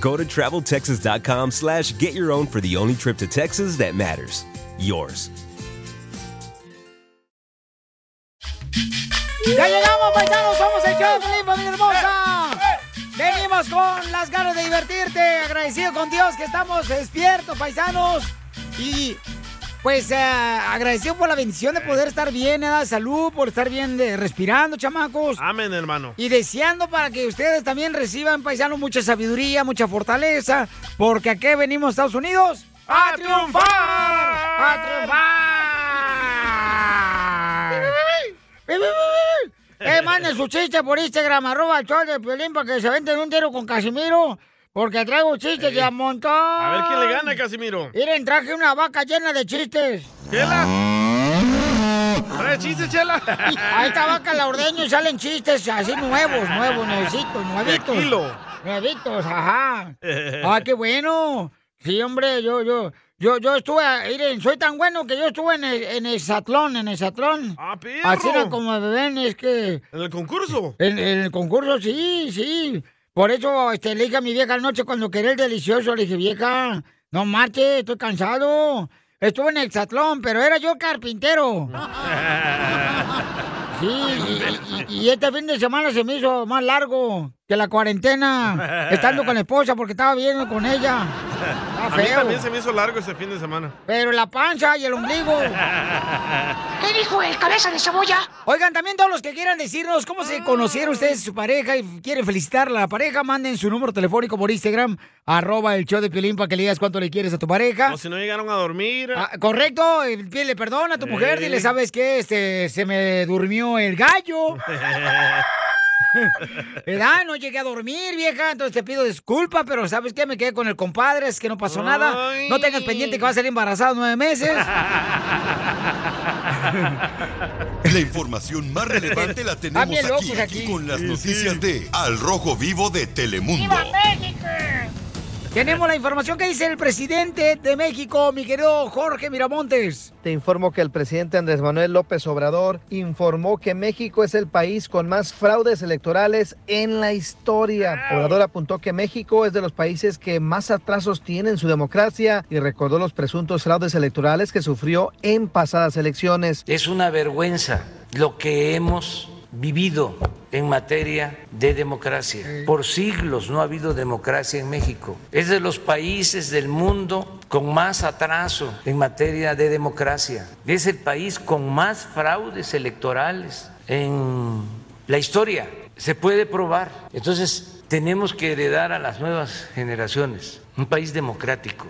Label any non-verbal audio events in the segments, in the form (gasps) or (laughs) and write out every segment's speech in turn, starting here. Go to traveltexas.com slash get your own for the only trip to Texas that matters. Yours. ¡Ya llegamos, paisanos! ¡Somos el show, de Piolín, Eh, familia hermosa! Venimos con las ganas de divertirte, agradecido con Dios que estamos despiertos, paisanos. Y pues eh, agradecido por la bendición de poder estar bien, eh, salud, por estar bien de- respirando, chamacos. Amén, hermano. Y deseando para que ustedes también reciban, paisanos, mucha sabiduría, mucha fortaleza, porque aquí venimos, Estados Unidos, a triunfar. ¡A triunfar! (laughs) Eh, manden su chiste por Instagram, arroba el show de Piolín, para que se venden un tiro con Casimiro, porque traigo chistes de a montón. A ver quién le gana, Casimiro. Miren, traje una vaca llena de chistes. Chela. ¿Trae chiste, (laughs) Chela? A esta vaca la ordeño y salen chistes así nuevos, nuevos, nuevecitos, nuevitos. De kilo. Nuevitos, ajá. (laughs) Ah, qué bueno. Sí, hombre, yo, yo, yo, yo estuve, miren, soy tan bueno que yo estuve en el, en el Satlón, en el Satlón. Ah, perro. Así era como me ven, es que... ¿En el concurso? En, en el concurso, sí, sí. Por eso este, le dije a mi vieja anoche cuando quería el delicioso, le dije, vieja, no marche, estoy cansado. Estuve en el Satlón, pero era yo (laughs) carpintero. Sí, y, y- y este fin de semana se me hizo más largo que la cuarentena, estando con la esposa porque estaba bien con ella. A mí Ah, feo. también se me hizo largo este fin de semana. Pero la panza y el ombligo. ¿Qué dijo el cabeza de cebolla? Oigan, también todos los que quieran decirnos cómo se conocieron ustedes su pareja y quieren felicitar a la pareja, manden su número telefónico por Instagram, arroba el show de Piolín para que le digas cuánto le quieres a tu pareja. O si no llegaron a dormir. Ah, correcto, eh, pídele perdón a tu mujer, Sí. dile, ¿sabes qué? Este, se me durmió (laughs) el gallo. (laughs) ¿Verdad? No llegué a dormir, vieja, entonces te pido disculpa, pero ¿sabes qué? Me quedé con el compadre, es que no pasó nada. No tengas pendiente que vas a ser embarazada (laughs) nueve meses. (laughs) La información más relevante la Ah, tenemos bien locos aquí, aquí. con las noticias de Al Rojo Vivo de Telemundo. Tenemos la información que dice el presidente de México, mi querido Jorge Miramontes. Te informo que el presidente Andrés Manuel López Obrador informó que México es el país con más fraudes electorales en la historia. Obrador apuntó que México es de los países que más atrasos tiene en su democracia y recordó los presuntos fraudes electorales que sufrió en pasadas elecciones. Es una vergüenza lo que hemos vivido en materia de democracia. Por siglos no ha habido democracia en México. Es de los países del mundo con más atraso en materia de democracia. Es el país con más fraudes electorales en la historia. Se puede probar. Entonces, tenemos que heredar a las nuevas generaciones un país democrático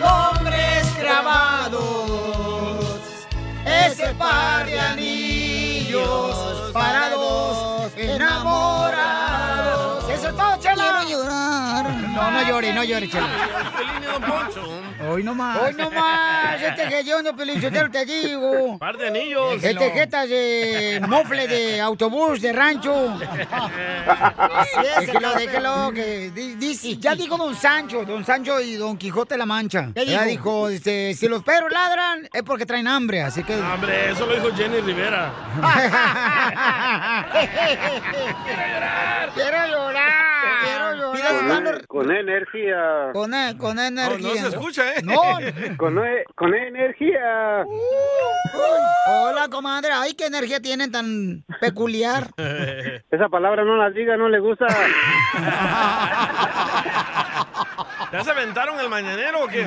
nombres grabados. Ese par de anillos parados, enamorados. ¡Eso es todo, Chela! Quiero llorar. No, no llores, no llores, (laughs) Chela. Pelín y Don Poncho. Hoy nomás. Hoy nomás. Este gellón de yo te digo. Par de anillos. Este jeta de mofle de autobús de rancho. déjelo, déjelo, que di- dice. Ya dijo Don Sancho, Don Sancho y Don Quijote de la Mancha. ya dijo, este, si los perros ladran es porque traen hambre, así que. Hombre, eso lo dijo Jenny Rivera. quiero llorar. Quiero llorar. Pide estás dando... Con energía. Con, e- con energía. no se escucha, ¿eh? No. (laughs) Con, e- con energía. Uh, Hola, comadre. Ay, qué energía tienen tan (laughs) peculiar. (laughs) Esa palabra no la diga, no le gusta. ¿Ya se aventaron el mañanero o qué?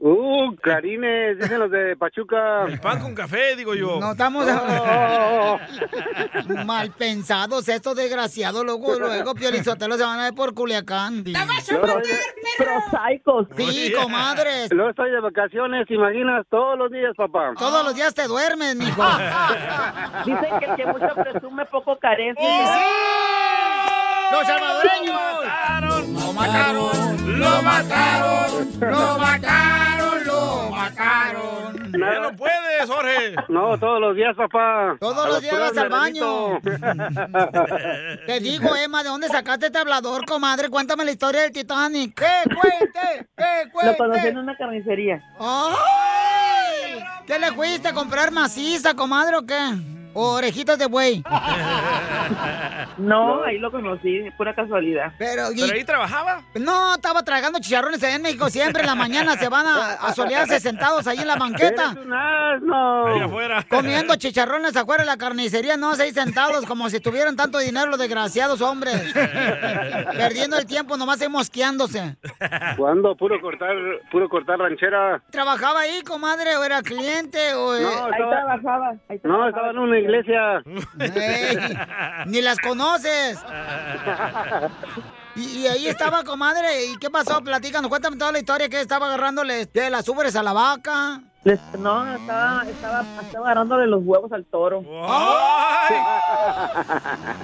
Uh, clarines, dicen los de Pachuca. El pan con café, digo yo. No estamos (laughs) mal pensados estos desgraciados. Luego, luego, Piolizotelo se van a ver por Culiacán. ¡La vas a matar, ¡Prosaicos! Sí, comadres. Luego estoy de vacaciones, ¿te imaginas, todos los días, papá. Todos los días te duermes, mijo. (laughs) Dicen que el que mucho presume, poco carece. ¡Los salvadoreños! ¡Lo mataron! ¡Lo mataron! ¡Lo mataron! ¡Lo mataron! ¡Ya no puedes, Jorge! No, todos los días, papá. Todos A los días puras vas al baño. merenitos. Te digo, Emma, ¿de dónde sacaste este hablador, comadre? Cuéntame la historia del Titanic. ¡Que cuente! ¡Que cuente! Lo conocí en una carnicería. (laughs) ¡Ay! ¿Qué le fuiste a comprar maciza, comadre, o qué? ¿O orejitas de buey? No, ahí lo conocí, pura casualidad. Pero, ¿Pero ahí trabajaba? No, estaba tragando chicharrones allá en México siempre. En la mañana se van a, a solearse sentados ahí en la banqueta. Eres un asno. Ahí afuera. Comiendo chicharrones afuera de la carnicería, no, ahí sentados como si tuvieran tanto dinero los desgraciados hombres. Perdiendo el tiempo, nomás ahí mosqueándose. (laughs) ¿Cuándo? Puro cortar, puro cortar ranchera. ¿Trabajaba ahí, comadre, o era cliente? O, eh? No, Ahí estaba- trabajaba. No, estaba en una (laughs) iglesia. Ni las conoces. Y, y ahí estaba, comadre. ¿Y qué pasó? Platícanos, cuéntame toda la historia que estaba agarrándole de las ubres a la vaca. Les- no, estaba, estaba, estaba agarrándole los huevos al toro.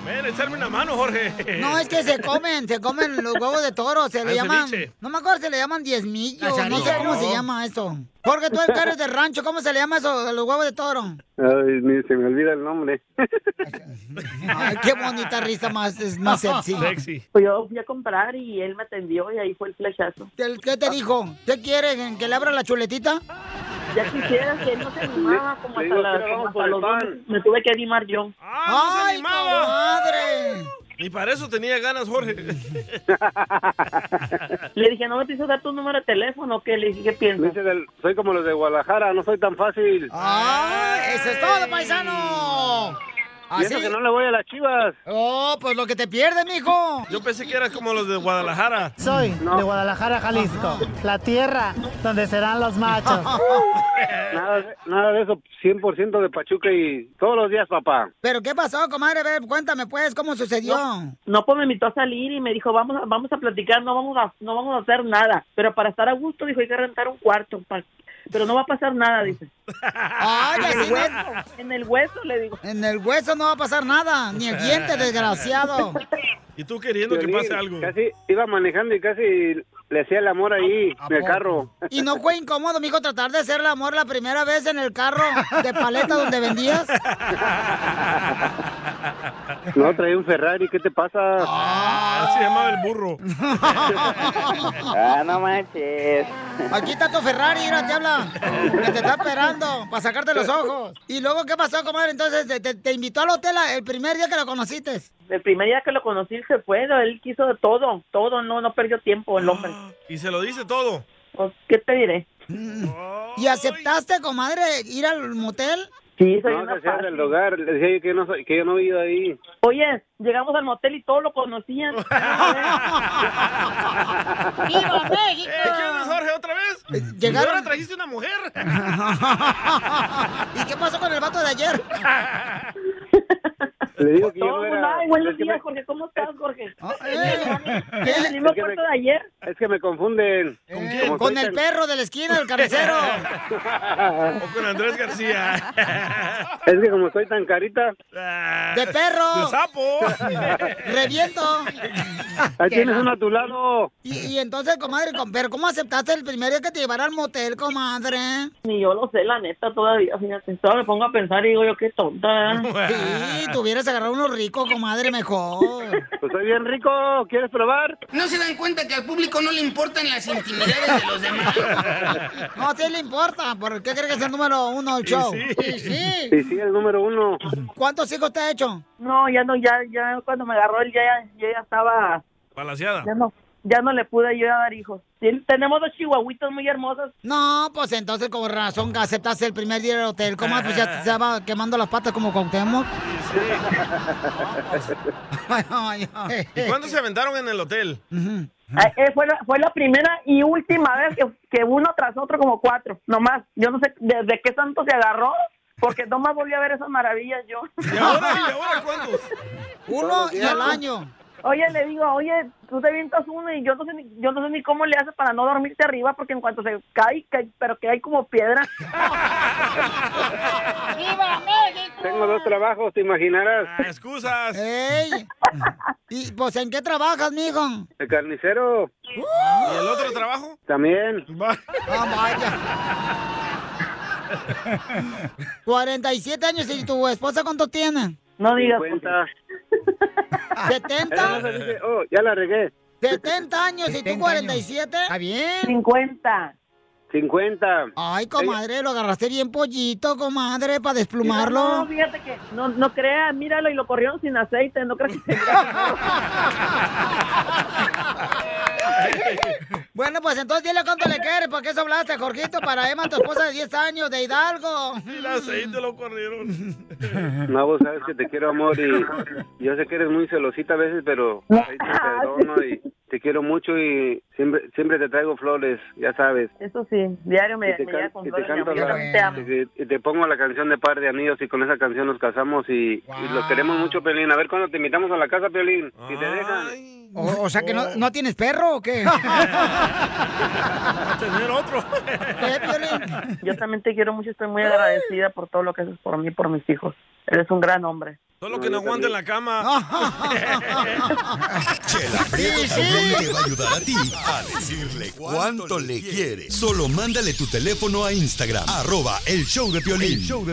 Ven, echarme una mano, Jorge. No, es que se comen, se comen los huevos de toro, se le Ah, llaman... ceviche. No me acuerdo, se le llaman diezmillos, Ah, no sé cómo no. se llama eso. Porque tú eres de rancho, ¿cómo se le llama eso, a los huevos de toro? Ay, ni se me olvida el nombre. Ay, qué bonita risa más, es más sexy. Pues yo fui a comprar y él me atendió y ahí fue el flechazo. ¿Qué, qué te dijo? ¿Qué quiere? ¿Que le abra la chuletita? Ya quisiera que no se animaba como Le digo, hasta, la- "Pero como vamos hasta por el los pan". dos. Me tuve que animar yo. ¡Ay, madre! Y para eso tenía ganas, Jorge. Le dije, no me te hizo dar tu número de teléfono, que le dije, ¿qué piensas? Dice del- soy como los de Guadalajara, no soy tan fácil. Ah. ¡Ay, eso es todo, paisano! Y eso que no le voy a las chivas. Oh, pues lo que te pierdes, mijo. Yo pensé que eras como los de Guadalajara. Soy de Guadalajara, (laughs) Jalisco, la tierra donde serán los machos. (laughs) Nada, de- nada de eso, 100% de Pachuca y todos los días, papá. ¿Pero qué pasó, comadre? A ver, cuéntame, pues, ¿cómo sucedió? No, pues me invitó a salir y me dijo, vamos a, vamos a platicar, no vamos a, no vamos a hacer nada. Pero para estar a gusto, dijo, hay que rentar un cuarto. pa- pero no va a pasar nada, dice. (laughs) ¡Ay, en, así el hueso, (laughs) en el hueso, le digo. En el hueso no va a pasar nada, ni el (laughs) diente, desgraciado. Y tú queriendo que Piolín, pase algo. Casi iba manejando y casi le hacía el amor ahí, en el poco? carro. (laughs) ¿Y no fue incómodo, mijo, tratar de hacer el amor la primera vez en el carro de paleta donde vendías? No, traía un Ferrari, ¿qué te pasa? Así se llamaba el (laughs) burro. (laughs) ah, no manches. Aquí está tu Ferrari, mira, te habla. Que te está esperando para sacarte los ojos. ¿Y luego qué pasó, comadre? Entonces, ¿te, te- te invitó al hotel a- el primer día que lo conociste? El primer día que lo conocí se fue, no, él quiso de todo, todo, no, no perdió tiempo el hombre. (gasps) Y se lo dice todo. Pues, ¿Qué te diré? ¿Y aceptaste, comadre, ir al motel? Sí, soy No, una que sea fácil. del hogar, le decía yo que, no soy- que yo no he ido ahí. Oye, llegamos al motel y todos (laughs) (laughs) lo conocían. ¡Viva México! Eh, ¿Qué onda, Jorge, otra vez? llegaron- ¿Y ahora trajiste una mujer? (laughs) ¿Y qué pasó con el vato de ayer? Le digo que yo (laughs) Todo no el mundo, era... ay, buenos es que días, me- Ah, eh. Jorge, ¿cómo estás, Jorge? (laughs) (laughs) es ¿Tienes el mismo que me- cuarto de ayer? Es que me confunden. ¿Con quién? Eh, Con el perro de la esquina, (laughs) del (laughs) carnicero. O con Andrés (laughs) García. Es que como soy tan (laughs) carita, ¡De perro! ¡De sapo! (laughs) ¡Reviento! ahí tienes uno a tu lado. Y, y entonces, comadre, com- ¿pero cómo aceptaste el primer día que te llevara al motel, comadre? Ni yo lo sé, la neta, todavía, fíjate. Todavía me pongo a pensar y digo yo, qué tonta. Sí, te hubieras agarrado uno rico, comadre, mejor. Pues soy bien rico, ¿quieres probar? No se dan cuenta que al público no le importan las intimidades de los demás. No, sí le importa, ¿por qué crees que es el número uno del Y show? sí. Y sí. Sí, sí, el número uno. ¿Cuántos hijos te ha hecho? No, ya no, ya, ya cuando me agarró él ya, ya, ya estaba, (laughs) Balaseada. ya no, ya no le pude yo dar hijos. Ten- Tenemos dos chihuahuitos muy hermosos. No, pues entonces con razón aceptaste el primer día del hotel. ¿Cómo? Pues ya te Ah. estaba quemando las patas como Cuauhtémoc. ¿Y cuándo se aventaron en el hotel? Ah, eh, fue, la, fue la primera y última vez que, que uno tras otro como cuatro, nomás. Yo no sé desde qué santo se agarró, porque nomás volví a ver esas maravillas yo. (laughs) ¿Y ahora, y ahora cuántos? Uno y al año. Oye, le digo, oye, tú te vientas uno y yo no sé ni, yo no sé ni cómo le haces para no dormirte arriba, porque en cuanto se cae, cae pero que hay como piedra. ¡Viva México! Tengo dos trabajos, te imaginarás. Ah, excusas. (laughs) ¡Ey! ¿Y pues en qué trabajas, mijo? El carnicero ¿Y el otro trabajo? también. Ah, vaya. 47 años y tu esposa cuánto tiene? No digas, 50. Eso no se dice, ¿70? Oh, ya la regué. 70 años y tú 47. Está bien. 50. 50. Ay, comadre, lo agarraste bien pollito, comadre, para desplumarlo. No, fíjate que no, no creas, míralo y lo corrieron sin aceite, no creas (laughs) que (laughs) Bueno, pues entonces dile cuánto le quieres, porque eso hablaste, Jorgito, para Emma, tu esposa de 10 años, de Hidalgo. El aceite lo corrieron. No, vos sabes que te quiero, amor, y yo sé que eres muy celosita a veces, pero ahí (laughs) te perdono y te quiero mucho y siempre siempre te traigo flores, ya sabes. Eso sí, diario me, y te, me can- llega con y te flores, mi canto amor, yo la- también te amo. y- y te pongo la canción de Par de Anillos y con esa canción nos casamos y, y lo queremos mucho, Piolín. A ver cuándo te invitamos a la casa, Piolín, si te dejan. O, o sea que no, no tienes perro o qué? (laughs) Tener otro. Yo también te quiero mucho, estoy muy agradecida por todo lo que haces por mí, por mis hijos. Eres un gran hombre. Solo que no aguante en la (laughs) (laughs) cama. Chela Prieto también te va a ayudar a ti a decirle cuánto le quiere. Solo mándale tu teléfono a Instagram, arroba el show de Piolín. El show de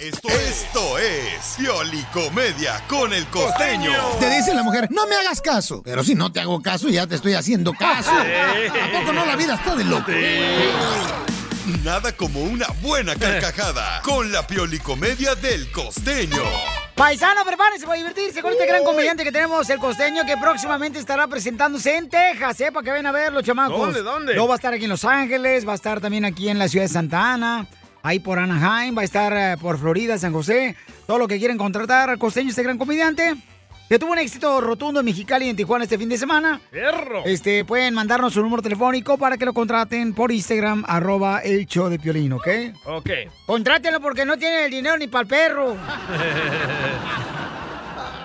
Esto, esto es Pioli Comedia con el costeño. Te dice la mujer, no me hagas caso. Pero si no te hago caso, ya te estoy haciendo (laughs) caso. ¿A poco no la vida está de loco? Nada como una buena carcajada con la Pioli Comedia del costeño. Paisano, prepárense para divertirse con este gran comediante que tenemos, el costeño, que próximamente estará presentándose en Texas, ¿eh? Para que ven a ver los chamacos. ¿Dónde, dónde? Luego va a estar aquí en Los Ángeles, va a estar también aquí en la ciudad de Santa Ana, ahí por Anaheim, va a estar eh, por Florida, San José. Todo lo que quieren contratar al costeño, este gran comediante, que tuvo un éxito rotundo en Mexicali y en Tijuana este fin de semana. Perro. Este, pueden mandarnos su número telefónico para que lo contraten por Instagram, arroba el show de Piolín, ¿ok? Ok. Contrátelo porque no tiene el dinero ni para el perro.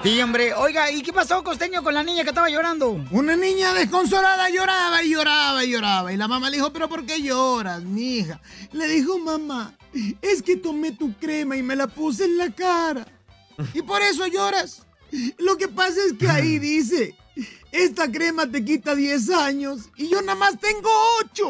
Sí, hombre. Oiga, ¿y qué pasó, Costeño, con la niña que estaba llorando? Una niña desconsolada (laughs) lloraba y lloraba y lloraba. Y la mamá le dijo, pero ¿por qué lloras, mija? Le dijo, mamá, es que tomé tu crema y me la puse en la cara. Y por eso lloras. Lo que pasa es que (laughs) ahí dice, esta crema te quita 10 años y yo nada más tengo (laughs) 8.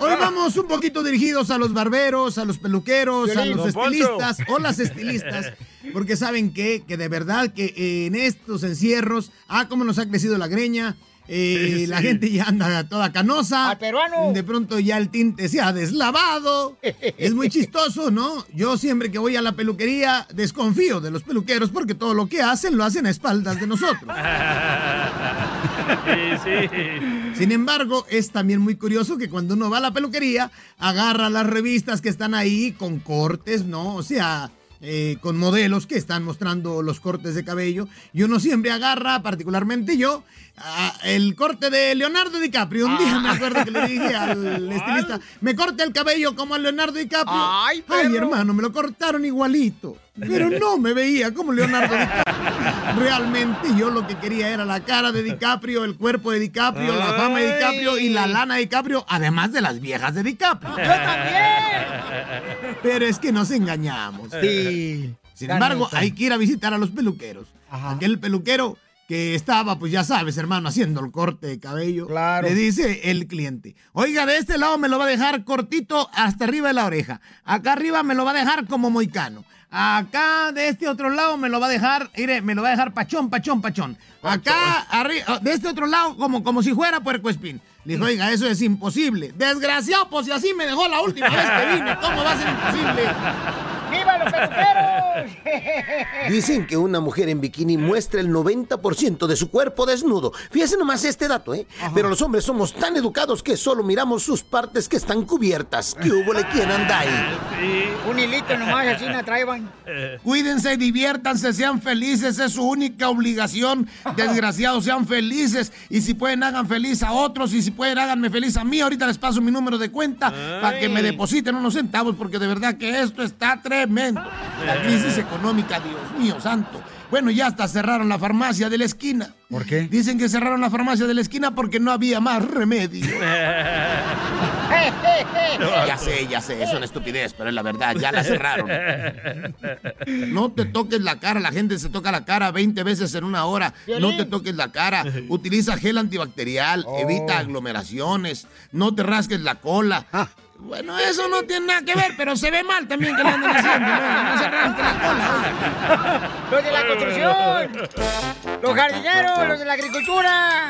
Hoy vamos un poquito dirigidos a los barberos, a los peluqueros, a Piolín. los Don Poncho. estilistas o las estilistas. Porque saben que, que de verdad que eh, en estos encierros, ah, cómo nos ha crecido la greña. eh, Sí, sí. La gente ya anda toda canosa. peruano! De pronto ya el tinte se ha deslavado. es muy chistoso, ¿no? Yo siempre que voy a la peluquería desconfío de los peluqueros porque todo lo que hacen lo hacen a espaldas de nosotros. (laughs) sí, sí. Sin embargo, es también muy curioso que cuando uno va a la peluquería, agarra las revistas que están ahí con cortes, ¿no? O sea, eh, con modelos que están mostrando los cortes de cabello. Y uno siempre agarra, particularmente yo, a- el corte de Leonardo DiCaprio. Un Ah. día me acuerdo que le (laughs) dije al estilista, me corta el cabello como a Leonardo DiCaprio. Ay, Ay, perro. hermano, me lo (laughs) cortaron igualito. Pero no me veía como Leonardo DiCaprio. Realmente yo lo que quería era la cara de DiCaprio, el cuerpo de DiCaprio, la fama de DiCaprio y la lana de DiCaprio, además de las viejas de DiCaprio. (laughs) Pero es que nos engañamos. Sí. Sin La embargo, neta. hay que ir a visitar a los peluqueros. Aquel peluquero que estaba, pues ya sabes, hermano, haciendo el corte de cabello. Le dice el cliente, oiga, de este lado me lo va a dejar cortito hasta arriba de la oreja. Acá arriba me lo va a dejar como moicano. Acá de este otro lado me lo va a dejar, mire, me lo va a dejar pachón, pachón, pachón. Acá arriba, de este otro lado como, como si fuera puerco espín. Le dijo, oiga, eso es imposible. Desgraciado, pues si así me dejó la última vez que vine, ¿cómo va a ser imposible? ¡Viva los peluqueros! Dicen que una mujer en bikini muestra el 90% de su cuerpo desnudo. Fíjense nomás este dato, ¿eh? Pero los hombres somos tan educados que solo miramos sus partes que están cubiertas. ¿Qué hubo le quien anda ahí? Un hilito nomás, así la traían. Cuídense, diviértanse, sean felices, es su única obligación. Desgraciados, sean felices. Y si pueden, hagan feliz a otros. Y si pueden, háganme feliz a mí. Ahorita les paso mi número de cuenta para que me depositen unos centavos, porque de verdad que esto está tremendo. La crisis económica, Dios mío, santo. Bueno, ya hasta cerraron la farmacia de la esquina. ¿Por qué? Dicen que cerraron la farmacia de la esquina porque no había más remedio. (laughs) (laughs) Ya sé, ya sé, es una estupidez, pero es la verdad, ya la cerraron. No te toques la cara, la gente se toca la cara 20 veces en una hora. No te toques la cara, utiliza gel antibacterial, evita aglomeraciones, no te rasques la cola. Bueno, eso no tiene nada que ver, pero se ve mal también que lo andan haciendo. No, No se rasquen la cola. Los de la construcción, los jardineros, los de la agricultura.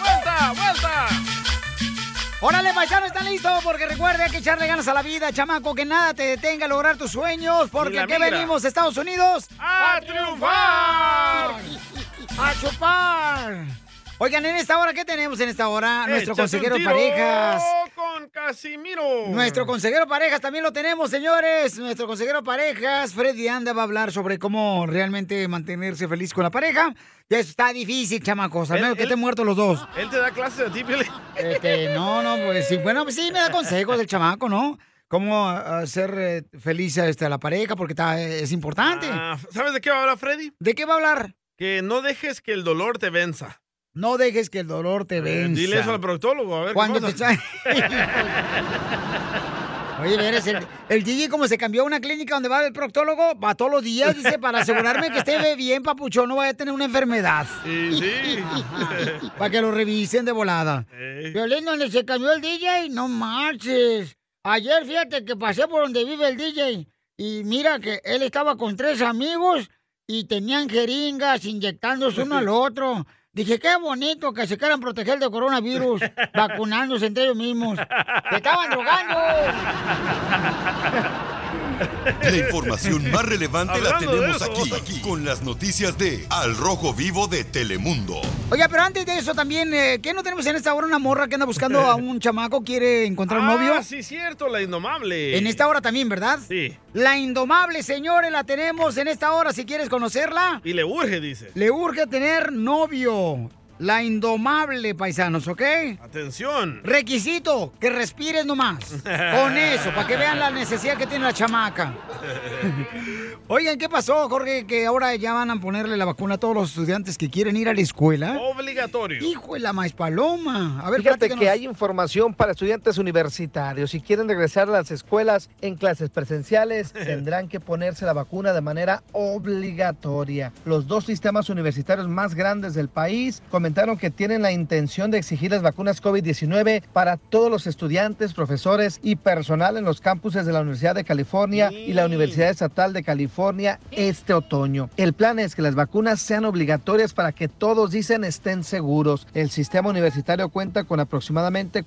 ¡Vuelta, vuelta! Órale, paisano, ¿están listos? Porque recuerda que echarle ganas a la vida, chamaco, que nada te detenga a lograr tus sueños, porque la aquí migra. venimos, Estados Unidos, ¡A triunfar! a chupar. Oigan, en esta hora, ¿qué tenemos en esta hora? Nuestro Échate consejero un tiro parejas. con Casimiro. Nuestro consejero parejas también lo tenemos, señores. Nuestro consejero parejas, Freddy Anda, va a hablar sobre cómo realmente mantenerse feliz con la pareja. Y eso está difícil, chamacos. Al Él- menos que él- estén muertos los dos. Él te da clases a ti, Pili. Este, no, no, pues sí. Bueno, pues sí, me da consejos del chamaco, ¿no? Cómo hacer eh, feliz a, este, a la pareja, porque está, eh, es importante. Ah, ¿Sabes de qué va a hablar Freddy? ¿De qué va a hablar? Que no dejes que el dolor te venza. No dejes que el dolor te venza. Eh, Dile eso al proctólogo, a ver Cuando qué (laughs) te pasa. Oye, verás, el, el DJ como se cambió a una clínica donde va el proctólogo, va todos los días, dice, para asegurarme que esté bien, papuchón, no vaya a tener una enfermedad. Sí, sí. Para que lo revisen de volada. Violín, donde se cambió el DJ, no marches. Ayer, fíjate que pasé por donde vive el DJ y mira que él estaba con tres amigos y tenían jeringas inyectándose uno al (laughs) otro. Dije, qué bonito que se quieran proteger (laughs) del coronavirus, vacunándose entre ellos mismos. ¡Se estaban drogando! La información más relevante la Hablando de tenemos eso. aquí, aquí, con las noticias de Al Rojo Vivo de Telemundo. Oiga, pero antes de eso también, eh, ¿qué no tenemos en esta hora una morra que anda buscando a un chamaco, quiere encontrar un novio? Ah, sí, cierto, la indomable. En esta hora también, ¿verdad? Sí. La indomable, señores, la tenemos en esta hora si quieres conocerla. Y le urge, dice. Le urge tener novio. La indomable, paisanos, ¿ok? Atención. Requisito, que respires nomás. (laughs) Con eso, para que vean la necesidad que tiene la chamaca. Oigan, ¿qué pasó, Jorge? Que ahora ya van a ponerle la vacuna a todos los estudiantes que quieren ir a la escuela. Obligatorio. Hijo de la maíz paloma. A ver, Fíjate platícanos. que hay información para estudiantes universitarios. Si quieren regresar a las escuelas en clases (laughs) presenciales, tendrán que ponerse la vacuna de manera obligatoria. Los dos sistemas universitarios más grandes del país comentaron que tienen la intención de exigir las vacunas COVID-19 para todos los estudiantes, profesores y personal en los campuses de la Universidad de California y la Universidad Estatal de California este otoño. El plan es que las vacunas sean obligatorias para que todos dicen estén seguros. El sistema universitario cuenta con aproximadamente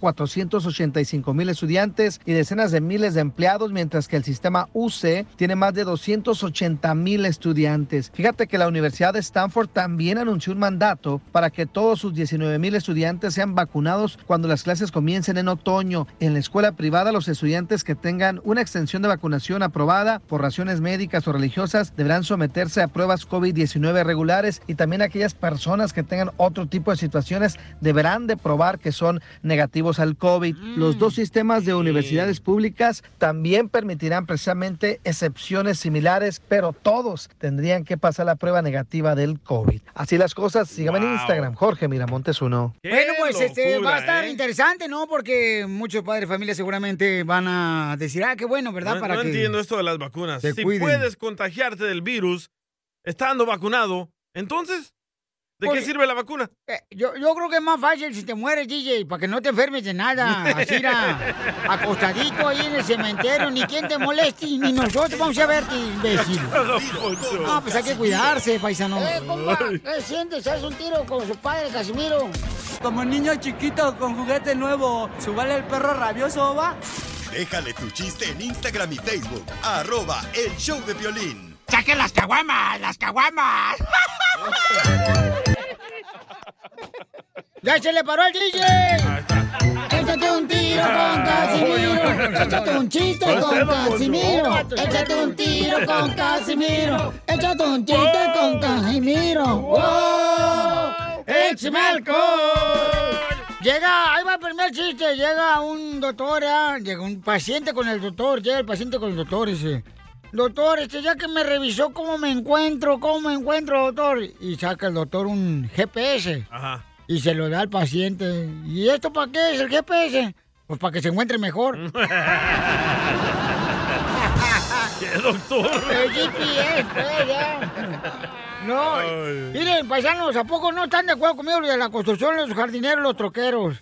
485 mil estudiantes y decenas de miles de empleados, mientras que el sistema UC tiene más de 280 mil estudiantes. Fíjate que la Universidad de Stanford también anunció un mandato para que todos sus 19 mil estudiantes sean vacunados cuando las clases comiencen en otoño. En la escuela privada, los estudiantes que tengan una extensión de vacunación aprobada por razones médicas o religiosas deberán someterse a pruebas COVID-19 regulares y también aquellas personas que tengan otro tipo de situaciones deberán de probar que son negativos al COVID. Los dos sistemas de universidades públicas también permitirán precisamente excepciones similares, pero todos tendrían que pasar la prueba negativa del COVID. Así las cosas, síganme en Wow. Instagram, Jorge Miramontes uno. Bueno, pues este, locura, va a estar ¿eh? interesante, ¿no? Porque muchos padres de familia seguramente van a decir, ah, qué bueno, ¿verdad? No, Para no que... entiendo esto de las vacunas. se Si cuiden. puedes contagiarte del virus estando vacunado, entonces, ¿de Pues- qué sirve la vacuna? (laughs) Eh, yo, yo creo que es más fácil si te mueres, DJ, para que no te enfermes (laughs) de nada. Así era, acostadito ahí en el cementerio, ni quien te moleste, ni nosotros vamos a verte, imbécil. No, pues hay que cuidarse, paisano. Eh, compa, ¿qué sientes? ¿Haz un tiro con su padre, Casimiro? Como niño chiquito con juguete nuevo, ¿subale el perro rabioso, va? Déjale tu chiste en Instagram y Facebook. Arroba el show de violín. ¡Saque las caguamas, las caguamas! ¡Ya se le paró el DJ! Échate un tiro Ah. con Casimiro. Échate un chiste Pues con Casimiro. Échate un tiro con Casimiro. Échate un chiste con Casimiro. ¡Wow! ¡Échame alcohol! Llega, ahí va el primer chiste. Llega un doctor, ah, llega un paciente con el doctor. Llega el paciente con el doctor y dice: Doctor, este ya que me revisó cómo me encuentro, cómo me encuentro, doctor. Y saca el doctor un GPS. Ajá. Y se lo da al paciente. ¿Y esto para qué es el GPS? Pues para que se encuentre (laughs) mejor. ¿Qué, doctor? (laughs) El GPS, pues, ya. No, miren, paisanos, ¿a poco no están de acuerdo conmigo los de la construcción, los jardineros, los troqueros?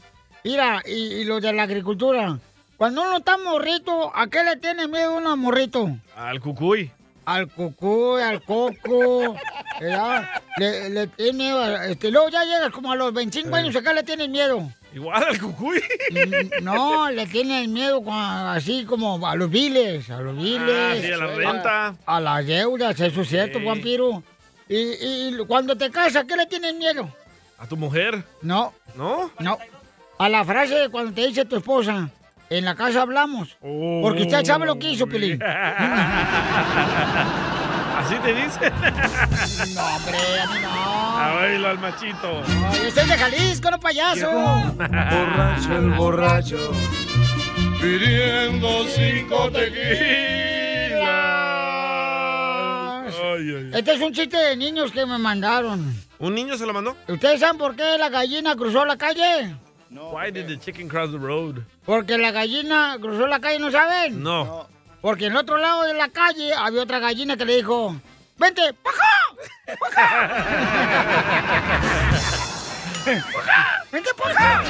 Mira, y, y los de la agricultura. Cuando uno está morrito, ¿a qué le tiene miedo uno morrito? Al cucuy. Al cucuy, al coco. ¿verdad? Le, le tiene miedo. a- Este, luego ya llegas como a los 25 años, acá le tienes miedo. Igual al cucuy. Mm, No, le tienes miedo cua- así como a los viles, a los viles. Ah, sí, a la renta. A, las deudas, eso es cierto, Sí. vampiro. Y, y cuando te casas, ¿qué le tienes miedo? ¿A tu mujer? No. ¿No? No. A la frase de cuando te dice tu esposa, en la casa hablamos. Porque Oh. usted (laughs) sabe lo que hizo, Pelín. ¿Así te (laughs) dice? No, hombre, a mí no. A bailo al machito. Yo soy de Jalisco, no payaso. Borracho el borracho. Pidiendo cinco Este es un chiste de niños que me mandaron. ¿Un niño se lo mandó? ¿Ustedes saben por qué la gallina cruzó la calle? (laughs) Why did the chicken cross the road? Porque la gallina cruzó la calle, ¿no saben? No. (laughs) Porque en el otro lado de la calle había otra gallina que le dijo, vente, paja, (laughs) paja, vente, paja.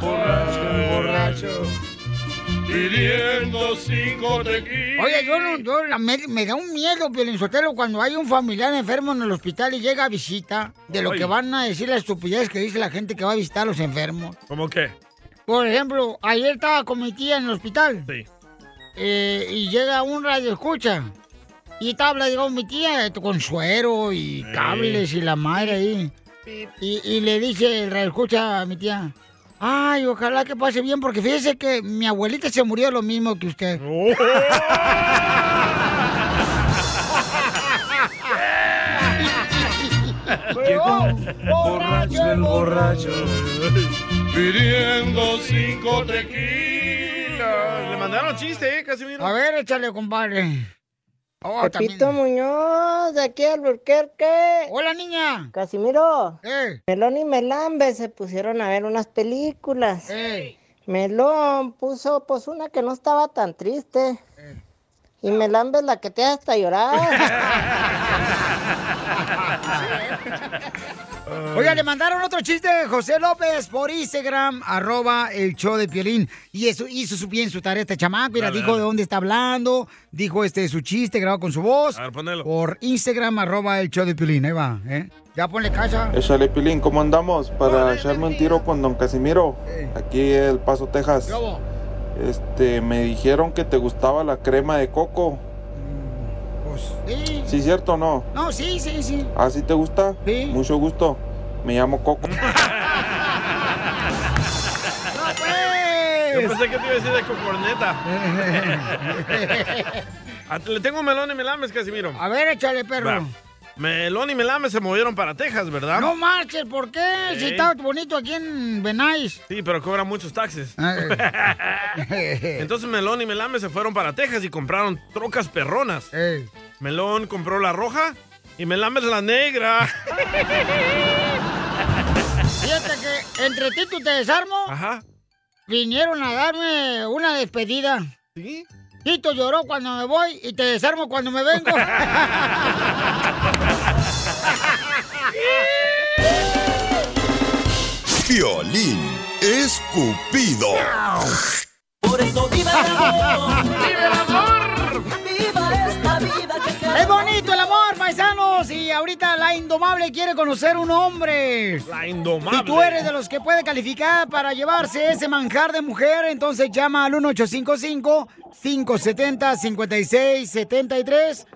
Borracho, borracho. Pidiendo cinco tequilas. Oye, yo, no, yo la- me, me da un miedo, Sotelo, cuando hay un familiar enfermo en el hospital y llega a visita, de lo Ay. que van a decir la estupidez que dice la gente que va a visitar a los enfermos. ¿Cómo qué? Por ejemplo, ayer estaba con mi tía en el hospital. Eh, y llega un radio escucha. Y estaba hablando con mi tía eh, con suero y cables y la madre ahí. Y, y le dice el radio escucha a mi tía. Ay, ojalá que pase bien, porque fíjese que mi abuelita se murió lo mismo que usted. Oh. Borracho el borracho. Pidiendo cinco tequilas. Le mandaron chiste, ¿eh? Casimiro. A ver, échale, compadre. Oh, también. Pepito Muñoz, de aquí al Burquerque. Hola, niña. Eh. Casimiro. Melón y Melambe se pusieron a ver unas Eh. películas. Melón puso pues una que no estaba tan triste. Eh. Y Melambe es la que te hace hasta llorar. Oiga, le mandaron otro chiste de José López por Instagram, arroba el show de Piolín. Y eso hizo su bien su tarea este chamaco. Mira, Dale, dijo dale. de dónde está hablando, dijo este su chiste grabado con su voz. A ver, ponelo. Por Instagram, arroba el show de Piolín. Ahí va, ¿eh? Ya ponle casa. Échale, Pilín, ¿cómo andamos? Para echarme un tiro con Don Casimiro, aquí en El Paso, Texas. Este, me dijeron que te gustaba la crema de coco. Sí. ¿Sí cierto o no? No, sí, sí, sí. ¿Así te gusta? Mucho gusto. Me llamo Coco. pues. Yo pensé que te iba a decir de (laughs) cocorneta. Ah, te- Le tengo un melón y melames, Casimiro. A ver, échale, perro. Melón y melames se movieron para Texas, ¿verdad? No marches, ¿por qué? Si Ey. está bonito aquí en (laughs) Benais. Sí, pero cobran muchos taxes. Ah, eh, (laughs) Entonces Melón y Melame se fueron para Texas y compraron trocas perronas. Melón compró la roja y Melame la (laughs) negra. Fíjate que entre ti tú te desarmo. Ajá. Vinieron a darme una despedida. ¿Sí? Tito lloró cuando me voy y te desarmo cuando me vengo. Violín escupido. (laughs) Por eso viva el amor. ¡Viva el amor! Viva esta vida que Es bonito el amor, paisanos. Y ahorita la La Indomable quiere conocer un hombre. La Indomable. Si tú eres de los que puede calificar para llevarse ese manjar de mujer, entonces llama al 1855-570-5673.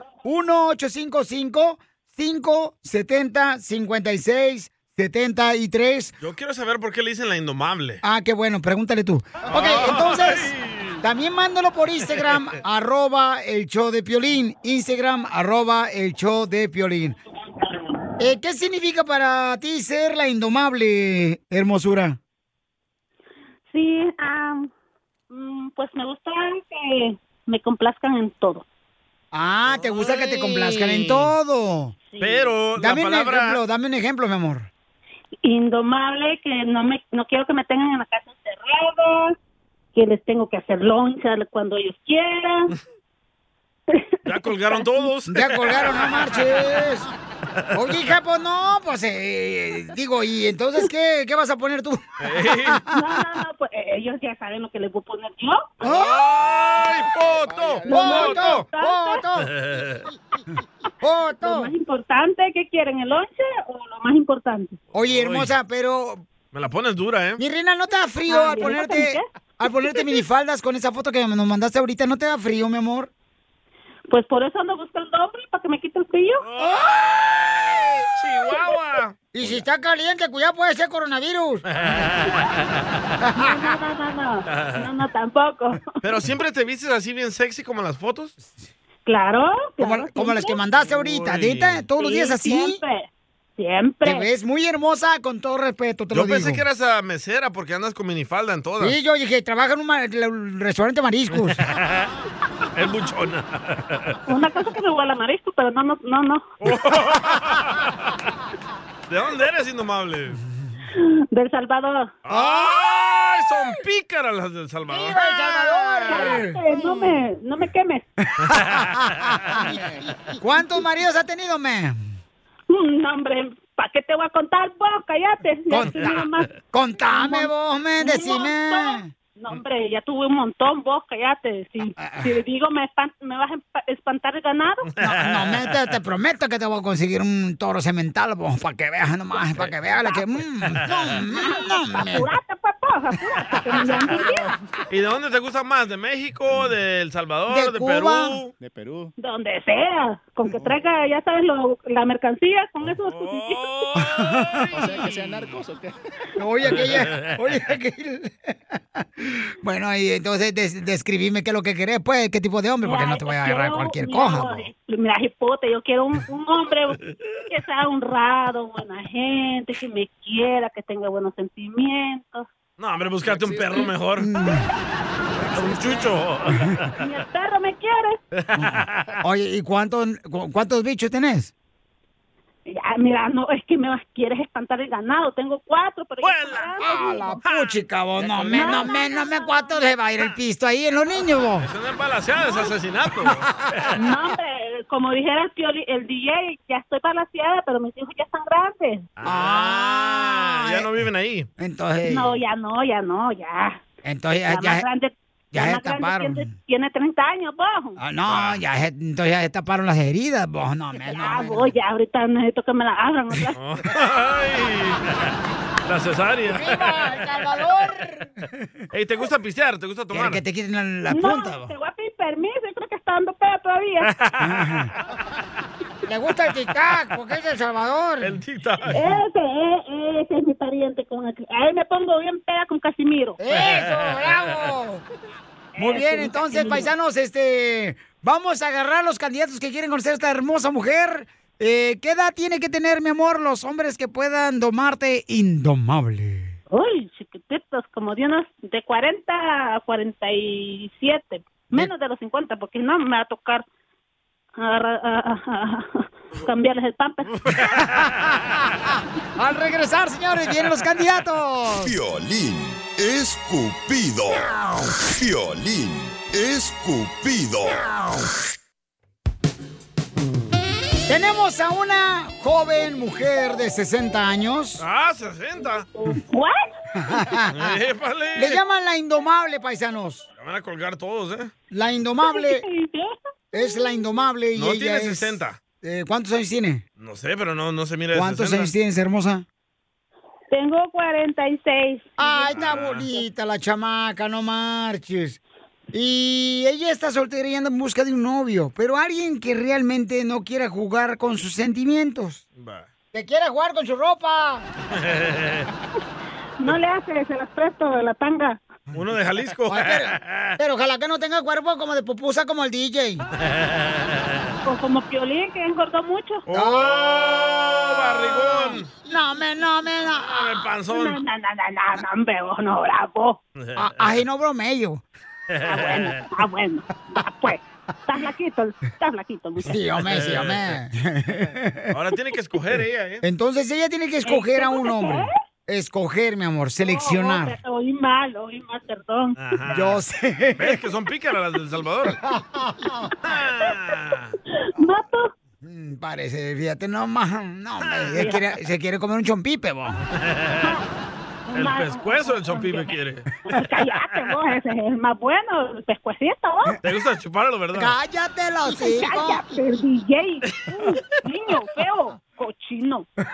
1855-570-5673. Yo quiero saber por qué le dicen la indomable. Ah, qué bueno, pregúntale tú. Ok, entonces. También mándalo por Instagram, arroba el show de Piolín. Instagram, arroba el show de Piolín. Eh, ¿Qué significa para ti ser la indomable hermosura? Sí, am, mm, pues me gusta que me complazcan en todo. Ah, te gusta que te complazcan en todo. Pero la Dame un palabra- ejemplo, dame un ejemplo, mi amor. Indomable, que no me no quiero que me tengan en la casa encerrada, que les tengo que hacer loncha cuando ellos quieran. Ya colgaron todos. (laughs) Ya colgaron, no marches. Oye, hija, pues no, pues eh, digo, ¿y entonces qué, qué vas a poner tú? No, no, no, pues eh, ellos ya saben lo que les voy a poner yo. ¡Ay, foto! ¡Foto! (laughs) Lo más importante, ¿qué quieren? ¿El lonche o lo más importante? Oye, hermosa, pero... Me la pones dura, ¿eh? (laughs) Mi reina, ¿no te da frío Ah, al ¿yo no ponerte, pensé? al ponerte minifaldas con esa foto que nos mandaste ahorita? ¿No te da frío, mi amor? Pues por eso ando buscando hombre, para que me quite el frío. ¡Chihuahua! Y si está caliente, cuidado, puede (laughs) ser coronavirus. No, no, no, no, no, no, no, tampoco. Pero siempre te vistes así bien sexy como en las fotos. Claro, Como, claro, como las siempre. que mandaste ahorita, Uy. ¿neta? Todos los Sí, días así. siempre, siempre. Te ves muy hermosa, con todo respeto, te Yo lo pensé digo. que eras ah, mesera porque andas con minifalda en todas. Sí, yo dije, trabaja en un ma- el restaurante de mariscos. (laughs) es buchona. Una cosa que me huele a marisco, pero no, no, no, no. ¿De dónde eres, indomable? Del Salvador. ¡Ay, son pícaras las del Salvador! Cállate, Eh, No me, no me quemes. (laughs) ¿Cuántos maridos ha tenido, me? No, hombre, ¿para qué te voy a contar vos? Cállate. Ya Contá- tuve nada más- contame un mon- vos, me, un decime. Ah, montón. No, hombre, ya tuve un montón vos, cállate. Si, si digo, me, espan- ¿me vas a empa- espantar el ganado? No, me, te, te prometo que te voy a conseguir un toro cemental, para que veas nomás, para que veas la que... mm, no, mm, no, me. ¿Y de dónde te gusta más? ¿De México, de El Salvador, de, De Cuba. Perú? De Perú. Donde sea, con que traiga, ya sabes, lo, la mercancía, con eso es suficiente. Oh. O sea, que sean narcos o qué. Oye, aquella, oye, aquel. Bueno, y entonces des- describime qué es lo que querés, pues, qué tipo de hombre, porque no te voy a agarrar Yo, cualquier mira, coja. po. Mira, hipote, yo quiero un, un hombre que sea honrado, buena gente, que me quiera, que tenga buenos sentimientos. No, hombre, búscate un perro mejor. Mm. un chucho. Ni el perro me quiere. (laughs) Oye, ¿y cuántos, cu- cuántos bichos tenés? Ya, mira, no, es que me vas- quieres espantar el ganado. Tengo cuatro, pero... ¡A la puchica, vos! No me, no colgaron. me, no me, cuánto se va a ir Ah. el pisto ahí en los niños, vos. Eso no es balaseada, es asesinato. (laughs) ¿ah? No, hombre, como dijera el, pioli- el DJ, ya estoy palaciada, pero mis hijos ya están grandes. Ah, ya no viven ahí. Entonces, No, ya no, ya no, ya. entonces La ya, más ya, grande, ya la se más grande taparon. Tiene, tiene 30 años, vos. ah, no, ya, se- entonces ya se taparon las heridas, vos. No, me, no, Ya, me. voy, ya, ahorita necesito que me la abran. otra. (laughs) Ay, la cesárea. ¡Viva El Salvador! Ey, ¿te gusta pistear? ¿Te gusta tomar? que te quiten no, te voy a pedir permiso, yo creo que está dando pedo todavía. (laughs) (laughs) Le gusta el tic-tac, porque es El Salvador. El tic-tac. Ese, eh, ese es mi pariente con el que... Ahí me pongo bien peda con Casimiro. Eh. ¡Eso, bravo! Muy bien, entonces, paisanos, este, vamos a agarrar los candidatos que quieren conocer a esta hermosa mujer. Eh, ¿Qué edad tiene que tener, mi amor, los hombres que puedan domarte indomable? Uy, chiquititos, como de unos de 40 a 47, menos de los 50, porque no me va a tocar agarrar- a- a- (laughs) a- cambiarles el pamper. Al regresar, señores, vienen los candidatos. Violín escupido. Violín escupido. Tenemos a una joven mujer de 60 años. (laughs) Ah, 60. Épale. Le llaman la indomable, paisanos. La van a colgar todos, ¿eh? (laughs) La indomable es la indomable y No ella tiene es- 60. Eh, ¿Cuántos años tiene? No sé, pero no, no se mira de ¿Cuántos 60. años tienes, hermosa? Tengo 46. Ay, está Ah. bonita la chamaca, no marches. Y ella está soltera y anda en busca de un novio, pero alguien que realmente no quiera jugar con sus sentimientos. Que quiera jugar con su ropa. No le hace, se las presto de la tanga. (laughs) Uno de Jalisco. Ay, Pero ojalá que no tenga cuerpo como de pupusa como el DJ. O (laughs) como Piolín, que engordó mucho. ¡Oh, barrigón! No, me, no, me, no. panzón. No, no, no, no, no, no, hombre, vos no, bravo. Ah, ay, no bromello. Está bueno, está bueno. Va, pues, está flaquito, está flaquito. Luis. Sí, hombre, sí, hombre. (laughs) Ahora tiene que escoger ella, ¿eh? Entonces ella tiene que escoger a un hombre. ¿eh? Escoger, mi amor, seleccionar. Oh, oí mal, oí mal, perdón. Ajá. Yo sé. ¿Ves que son pícaras las del (laughs) Salvador? ¿Mato? Mm, Parece, fíjate, no, ma, no Ah, hombre, se quiere, se quiere comer un chompipe, (laughs) vos. El pescuezo del chompipe quiere. Cállate, vos, ese es el más bueno, el pescuecito, vos. Te gusta chuparlo, ¿verdad? Cállate los Cállate, DJ. Uh, niño feo, cochino. (laughs)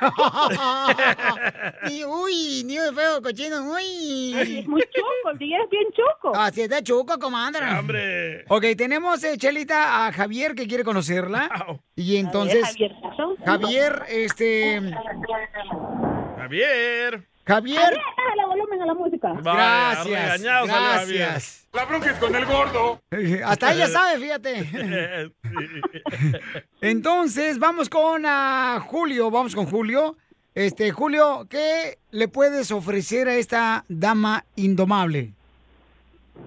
Y, uy, niño feo, cochino, uy. Es muy chuco, el DJ es bien chuco. Así es de chuco, comandante. ¡Hombre! Ok, tenemos, eh, Chelita, a Javier que quiere conocerla. Y entonces, Javier, Javier, Javier, este, Javier. Javier, Bájale volumen a la música. Vale, Gracias, regañado salió gracias. Eh, Javier. La bronca es con el (laughs) gordo. hasta ella sabe, fíjate. (laughs) Entonces, vamos con ah, Julio, vamos con Julio. Este, Julio, ¿qué le puedes ofrecer a esta dama indomable?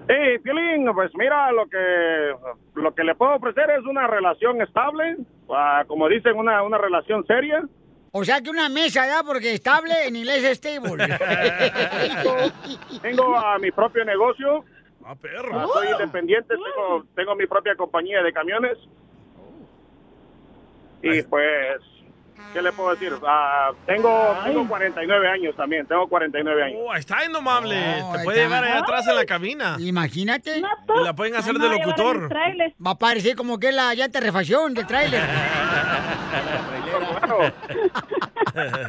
Sí, Piolín, pues mira, lo que, lo que le puedo ofrecer es una relación estable, ah, como dicen, una, una relación seria. O sea que una mesa, ¿ya? Porque estable en inglés es stable. Tengo a mi propio negocio, Ah, ah, perro. soy independiente, tengo, tengo mi propia compañía de camiones. Y pues, ¿qué le puedo decir? Ah, tengo, tengo 49 años también, tengo 49 años. (laughs) Oh, ahí está indomable. Oh, Te ahí puede está. llevar allá atrás en la cabina. Imagínate. Y la pueden hacer de locutor. Va a parecer como que la llanta de refacción del tráiler.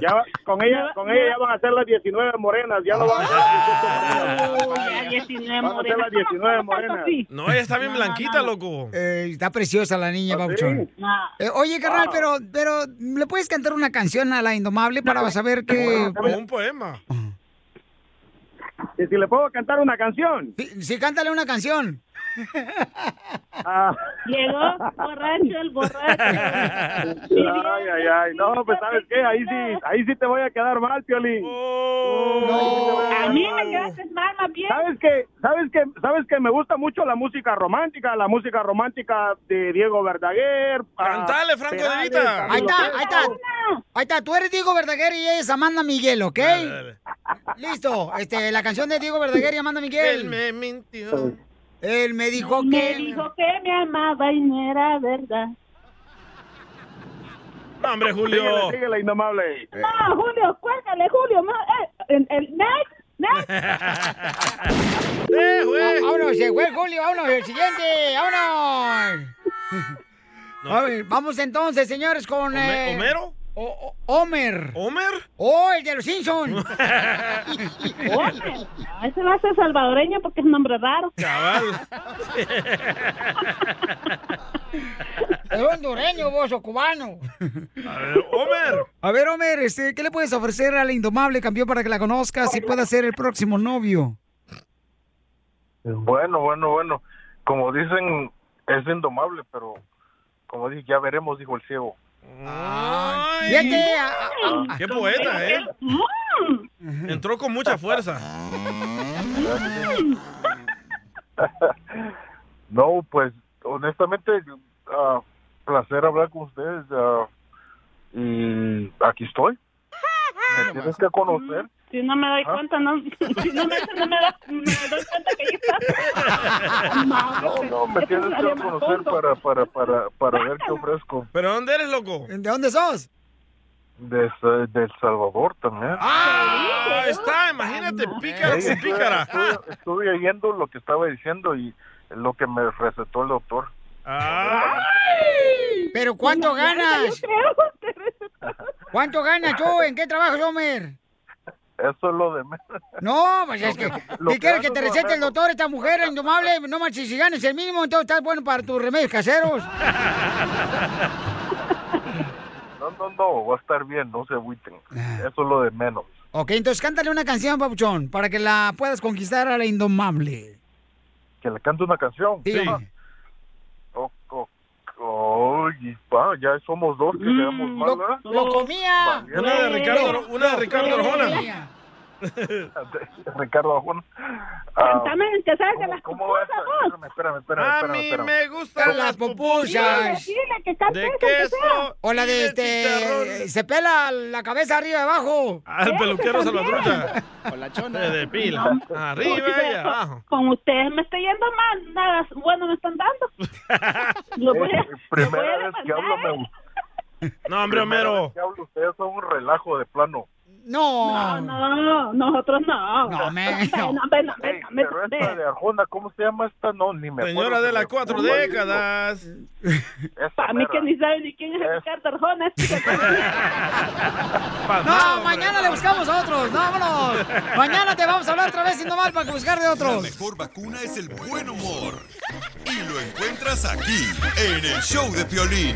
Ya, con ella, con ella ya van a ser las 19 morenas, ya no van a ser (laughs) las 18 morenas. Ya 19 Van a ser morenas. las 19 morenas. No, ella está bien blanquita, loco. Eh, está preciosa la niña, Bauchón. Ah. Eh, oye, carnal, Ah. pero, pero ¿le puedes cantar una canción a la Indomable Ah. para saber que... O un poema. ¿Y si le puedo cantar una canción? Sí, sí, cántale (laughs) una canción. Ah. Llegó borracho el borracho. Ay, ay, ay. No, pues sabes qué, ahí sí, ahí sí te voy a quedar mal, Piolín. Oh. A mí me quedaste mal, más bien. ¿Sabes que ¿Sabes que ¿Sabes que Me gusta mucho la música romántica, la música romántica de Diego Verdaguer. ah, Cantale, Franco de Vita. Ahí está, ahí está. Ahí está, tú eres Diego Verdaguer y ella es Amanda Miguel, ¿ok? Listo, este, la canción de Diego Verdaguer y Amanda Miguel. Él me mintió. Él me dijo que... Me dijo que me amaba y no era verdad. No, hombre, Julio. Sigue la indomable. No, Julio, cuélgale, Julio. ma- eh, el, el- next, next. eh. Ah, Vámonos, se fue el Julio, vámonos, el siguiente, (laughs) vámonos. A ver, vamos entonces, señores, con... Home- eh, ¿Homero? O- o- Homer. ¿Homer? Oh, el de los (laughs) (laughs) Simpsons. Hombre, no, Ese va a ser salvadoreño porque es nombre raro. Cabal. Es hondureño, vos, o cubano. A ver, Homer. A ver, Homer, este, ¿qué le puedes ofrecer a la indomable campeón para que la conozcas y pueda ser el próximo novio? Bueno, bueno, bueno. Como dicen, es indomable, pero como dije, ya veremos, dijo el ciego. Fíjate, a- a- Qué poeta, ¿eh? Entró con mucha fuerza. No, pues, honestamente, ah, placer hablar con ustedes. ah, y aquí estoy. Me tienes que conocer. Si no me doy Ah. cuenta, no. Si no me, no me, da- me doy cuenta que ahí está. No, no, me tienes que conocer para, para, para, para ver qué ofrezco. ¿Pero dónde eres, loco? ¿De dónde sos? De, de El Salvador también. Ah, ahí está, imagínate, pícara Sí, con estuve- pícara. Estuve, estuve oyendo lo que estaba diciendo y lo que me recetó el doctor. ¿Pero cuánto ganas? ¿Cuánto ganas tú? ¿En qué trabajas, Homer? Eso es lo de menos. No, pues es que. Lo ¿Qué quieres que que te hago, recete el lo doctor, esta mujer indomable? No manches, si ganas el mismo, entonces estás bueno para tus remedios caseros. No, (laughs) no, no, va a estar bien, no se agüiten. Ah. Eso es lo de menos. Ok, entonces cántale una canción, Papuchón, para que la puedas conquistar a la indomable. Que le cante una canción. Sí. Oh, oh, oh, y pa, ya somos dos que quedamos Mm, mal, ¿verdad? ¡Lo comía! Una de Ricardo- una de Ricardo Arjona. (laughs) Ricardo ah, Ajón. Ah, También que salga las Espérame, espérame, espérame, A espérame, mí espérame. me gustan las pupusas. De queso. O la y de este. Se pela la cabeza arriba y abajo. Al Ah, peluquero Salvatrucha. Con la chona. De pila. Arriba y Ustedes, abajo. con- Con ustedes me está yendo mal, nada bueno me están (laughs) dando. Lo voy (laughs) a- Eh, Primera vez que hablo, me gusta. No, hombre, Homero. Que hablo, ustedes son un relajo de plano. No. No, no, nosotros no. (laughs) No, me. Ey, pero esta de Arjona, ¿cómo se llama esta? No, ni me acuerdo. Señora de se las me- cuatro ¿cómo es? décadas. Esa A mí (laughs) que mera. ni sabe ni quién es el Ricardo Arjona. este No, mañana le buscamos a otros. No, vámonos. Mañana te vamos a hablar otra vez y no mal para buscar de La otros. mejor vacuna es el buen humor. Y lo encuentras aquí, en el show de Piolín.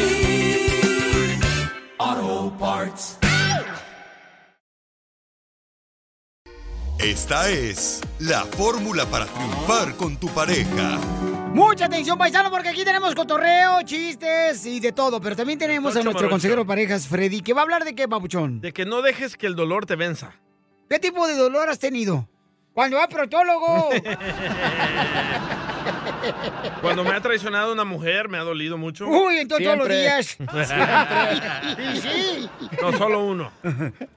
Auto Parts. Esta es la fórmula para triunfar con tu pareja. Mucha atención, paisano, porque aquí tenemos cotorreo, chistes y de todo. Pero también tenemos a Tocho nuestro morocho. consejero de parejas, Freddy, que va a hablar de qué, papuchón. De que no dejes que el dolor te venza. ¿Qué tipo de dolor has tenido? Cuando va al protólogo. (laughs) Cuando me ha traicionado una mujer, me ha dolido mucho. Uy, entonces todos los días. (laughs) Siempre. Y sí. No, solo uno.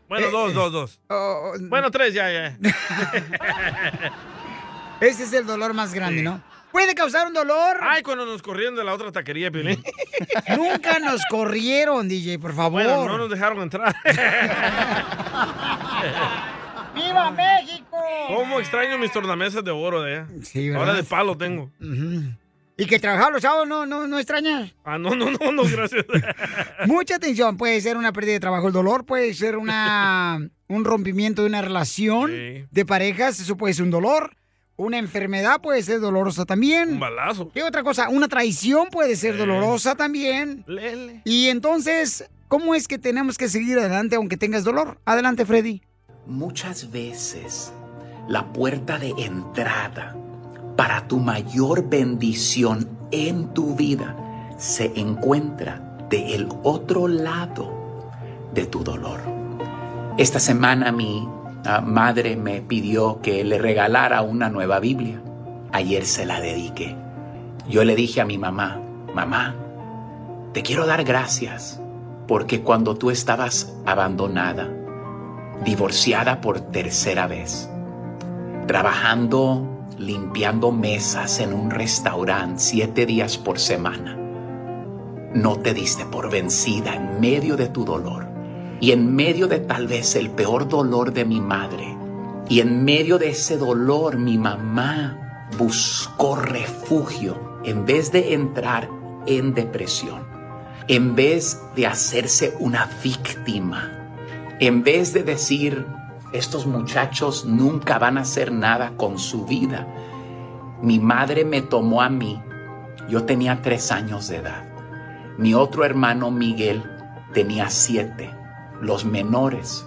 Bueno, dos, dos, dos. Oh, Bueno, tres, ya, ya. (laughs) Ese es el dolor más grande, ¿no? Puede causar un dolor. Ay, cuando nos corrieron de la otra taquería, (laughs) Piolín. Nunca nos corrieron, DJ, por favor. Bueno, no nos dejaron entrar. ¡Viva México! ¿Cómo extraño mis tornamesas de oro de allá? Sí, ¿verdad? Ahora de palo tengo. Y que trabajar los sábados no, no, no extrañas. Ah, no, no, no, no, (laughs) gracias. Mucha atención, puede ser una pérdida de trabajo, el dolor puede (laughs) ser una, un rompimiento de una relación Sí. de parejas, eso puede ser un dolor. Una enfermedad puede ser dolorosa también. Un balazo. ¿Qué otra cosa? Una traición puede ser Sí. dolorosa también. Lele. Y entonces, ¿cómo es que tenemos que seguir adelante aunque tengas dolor? Adelante, Freddy. Muchas veces la puerta de entrada para tu mayor bendición en tu vida se encuentra del otro lado de tu dolor. Esta semana mi ah, madre me pidió que le regalara una nueva Biblia. Ayer se la dediqué. Yo le dije a mi mamá, mamá, te quiero dar gracias porque cuando tú estabas abandonada, divorciada por tercera vez, trabajando limpiando mesas en un restaurante siete días por semana. No te diste por vencida en medio de tu dolor y en medio de tal vez el peor dolor de mi madre. Y en medio de ese dolor mi mamá buscó refugio en vez de entrar en depresión, en vez de hacerse una víctima en vez de decir, estos muchachos nunca van a hacer nada con su vida, mi madre me tomó a mí, yo tenía tres años de edad, mi otro hermano Miguel tenía siete, los menores,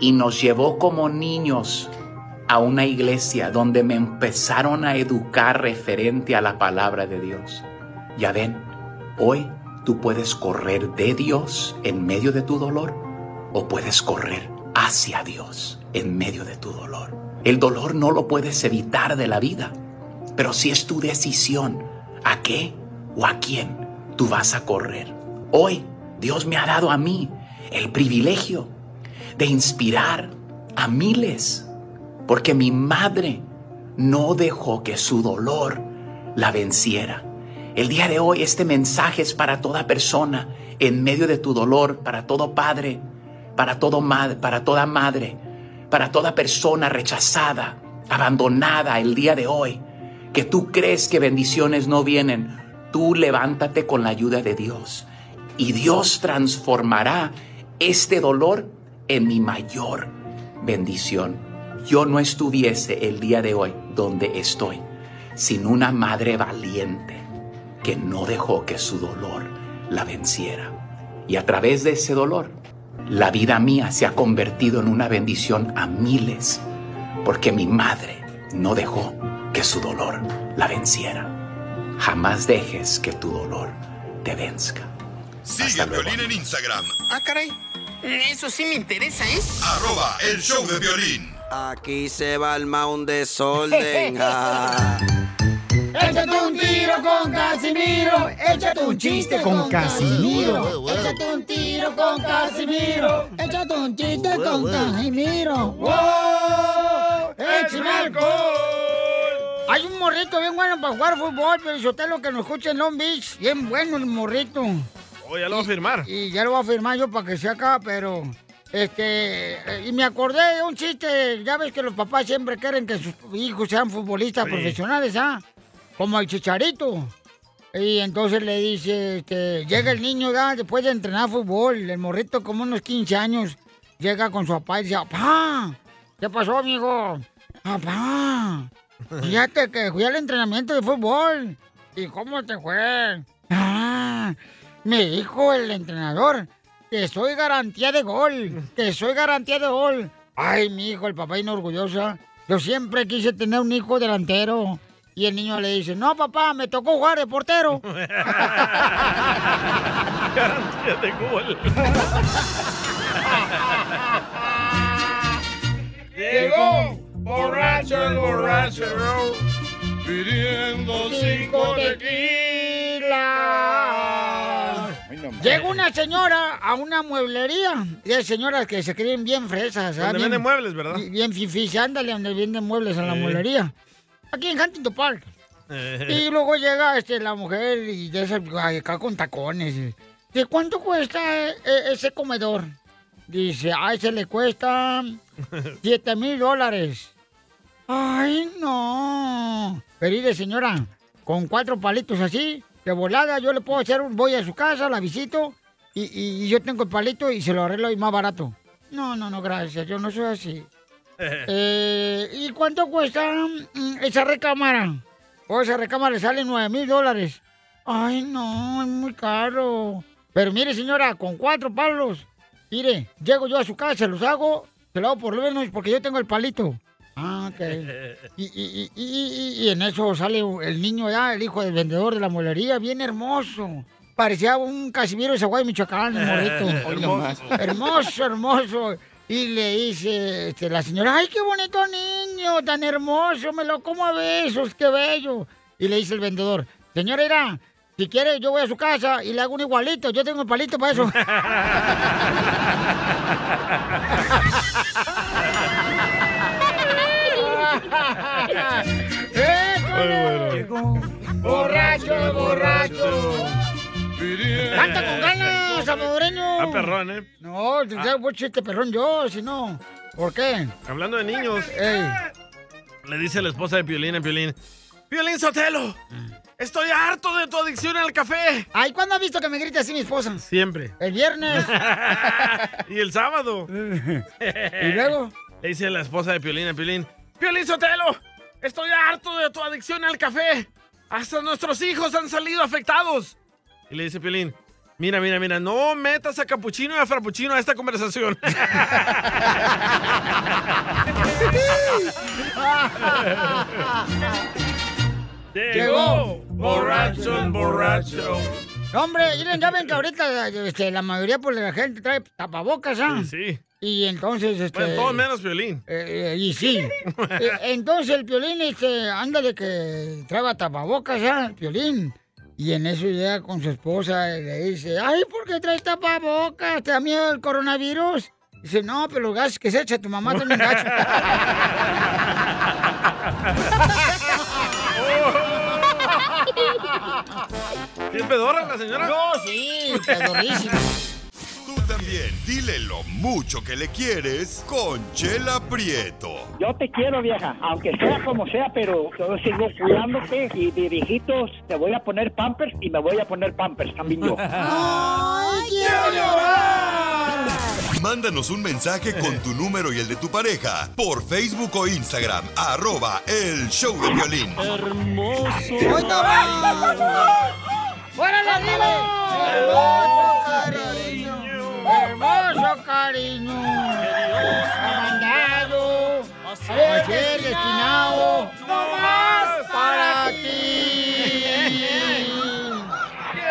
y nos llevó como niños a una iglesia donde me empezaron a educar referente a la palabra de Dios. Ya ven, hoy tú puedes correr de Dios en medio de tu dolor o puedes correr hacia Dios en medio de tu dolor. El dolor no lo puedes evitar de la vida, pero si es tu decisión a qué o a quién tú vas a correr. Hoy Dios me ha dado a mí el privilegio de inspirar a miles, porque mi madre no dejó que su dolor la venciera. El día de hoy este mensaje es para toda persona en medio de tu dolor, para todo padre, para, todo mad- para toda madre, para toda persona rechazada, abandonada el día de hoy, que tú crees que bendiciones no vienen, tú levántate con la ayuda de Dios y Dios transformará este dolor en mi mayor bendición. Yo no estuviese el día de hoy donde estoy sin una madre valiente que no dejó que su dolor la venciera. Y a través de ese dolor, la vida mía se ha convertido en una bendición a miles, porque mi madre no dejó que su dolor la venciera. Jamás dejes que tu dolor te venzca. Sigue a Violín en Instagram, Ah, caray. Eso sí me interesa, ¿eh? arroba el show de violín. Aquí se va el mound desorden. ah. Échate un tiro con Casimiro. Échate un chiste con Casimiro. Échate un tiro con Casimiro. Échate un chiste con Casimiro. ¡Wow! ¡Échame Hay un morrito bien bueno para jugar fútbol, pero yo te lo que nos escucha en Long Beach. Bien bueno el morrito. Oh, ya lo va a firmar. Y ya lo voy a firmar yo para que sea acá, pero. Este. eh, Y me acordé de un chiste. Ya ves que los papás siempre quieren que sus hijos sean futbolistas Sí. profesionales, ¿ah? Como el chicharito. Y entonces le dice, este, llega el niño, ya, después de entrenar fútbol, el morrito como unos 15 años, llega con su papá y dice, papá, ¿qué pasó, amigo? Papá, fíjate que fui al entrenamiento de fútbol. ¿Y cómo te fue? Ah, me dijo el entrenador que soy garantía de gol, que soy garantía de gol. Ay, mi hijo, el papá inorgullosa. Yo siempre quise tener un hijo delantero. Y el niño le dice, no, papá, me tocó jugar (laughs) de portero. Garantía de gol. Llegó borracho el borracho pidiendo cinco tequilas. Llega una señora a una mueblería. Y hay señoras que se creen bien fresas. ¿ah? Donde Bien- venden muebles, ¿verdad? bi- Bien fifís, ándale, donde venden muebles en la Sí. mueblería. Aquí en Huntington Park. Y luego llega este, la mujer y de esas, ay, acá con tacones. y, ¿De cuánto cuesta eh, eh, ese comedor? Dice, ay, se le cuesta (laughs) 7 mil dólares. Ay, no. Querida señora, con cuatro palitos así, de volada, yo le puedo hacer un, voy a su casa, la visito, y, y- y yo tengo el palito y se lo arreglo y más barato. No, no, (laughs) no, gracias, yo no soy así. Eh, ¿Y cuánto cuesta mm, esa recámara? O esa recámara le sale 9 mil dólares. Ay, no, es muy caro. Pero mire, señora, con cuatro palos. Mire, llego yo a su casa, los hago, se lo hago por lo menos porque yo tengo el palito. Ah, ok. Y, y- y- y- y- y en eso sale el niño ya, el hijo del vendedor de la molería, bien hermoso. Parecía un Casimiro de Zaguay, Michoacán, el morrito. Hoy nomás. hermoso, hermoso. Y le dice este, la señora, ay, qué bonito niño, tan hermoso, me lo como a besos, qué bello. Y le dice el vendedor, señora, irá, si quiere yo voy a su casa y le hago un igualito, yo tengo el palito para eso. Llegó borracho, borracho. Canta con ganas, salvadoreño. Ah, perrón, ¿eh? No, te ah. chiste perrón yo, si no. ¿Por qué? Hablando de niños. Eh. Ey. Le dice la esposa de Piolín a Piolín. ¡Piolín Sotelo! ¡Estoy harto de tu adicción al café! Ay, ¿cuándo has visto que me grite así mi esposa? Siempre. (laughs) El viernes. y el sábado. (laughs) ¿Y luego? (laughs) Le dice la esposa de Piolín a Piolín. ¡Piolín Sotelo! ¡Estoy harto de tu adicción al café! ¡Hasta nuestros hijos han salido afectados! Y le dice Piolín. Mira, mira, mira, no metas a Capuchino y a Frappuccino a esta conversación. Llegó borracho en (laughs) borracho. No, hombre, miren, ya ven que ahorita este, la mayoría por la gente trae tapabocas, (laughs) ¿ah? Sí, Y entonces, este... Bueno, todo menos violín. eh, y sí. (laughs) (laughs) Eh, entonces el Piolín, este, anda de que traba tapabocas ya, el Piolín. Y en eso llega con su esposa y le dice, ay, ¿por qué traes tapabocas? ¿Te da miedo el coronavirus? Dice, no, pero los gases que se echa tu mamá también gacho. ¿Es pedora la señora? No, sí, pedorísima. Tú también, dile lo mucho que le quieres con Chela (laughs) Prieto. (laughs) Yo te quiero, vieja, aunque sea como sea, pero yo sigo cuidándote y de viejitos te voy a poner pampers y me voy a poner pampers también yo. ¡Ay, quiero llorar! Mándanos un mensaje con tu número y el de tu pareja por Facebook o Instagram, arroba el show de violín. Hermoso. ¡Hoy no va! ¡Fuera la dile! ¡Hermoso cariño! ¡Hermoso cariño! ¡Mandado! ¡A ser destinado! ¡No más para ti!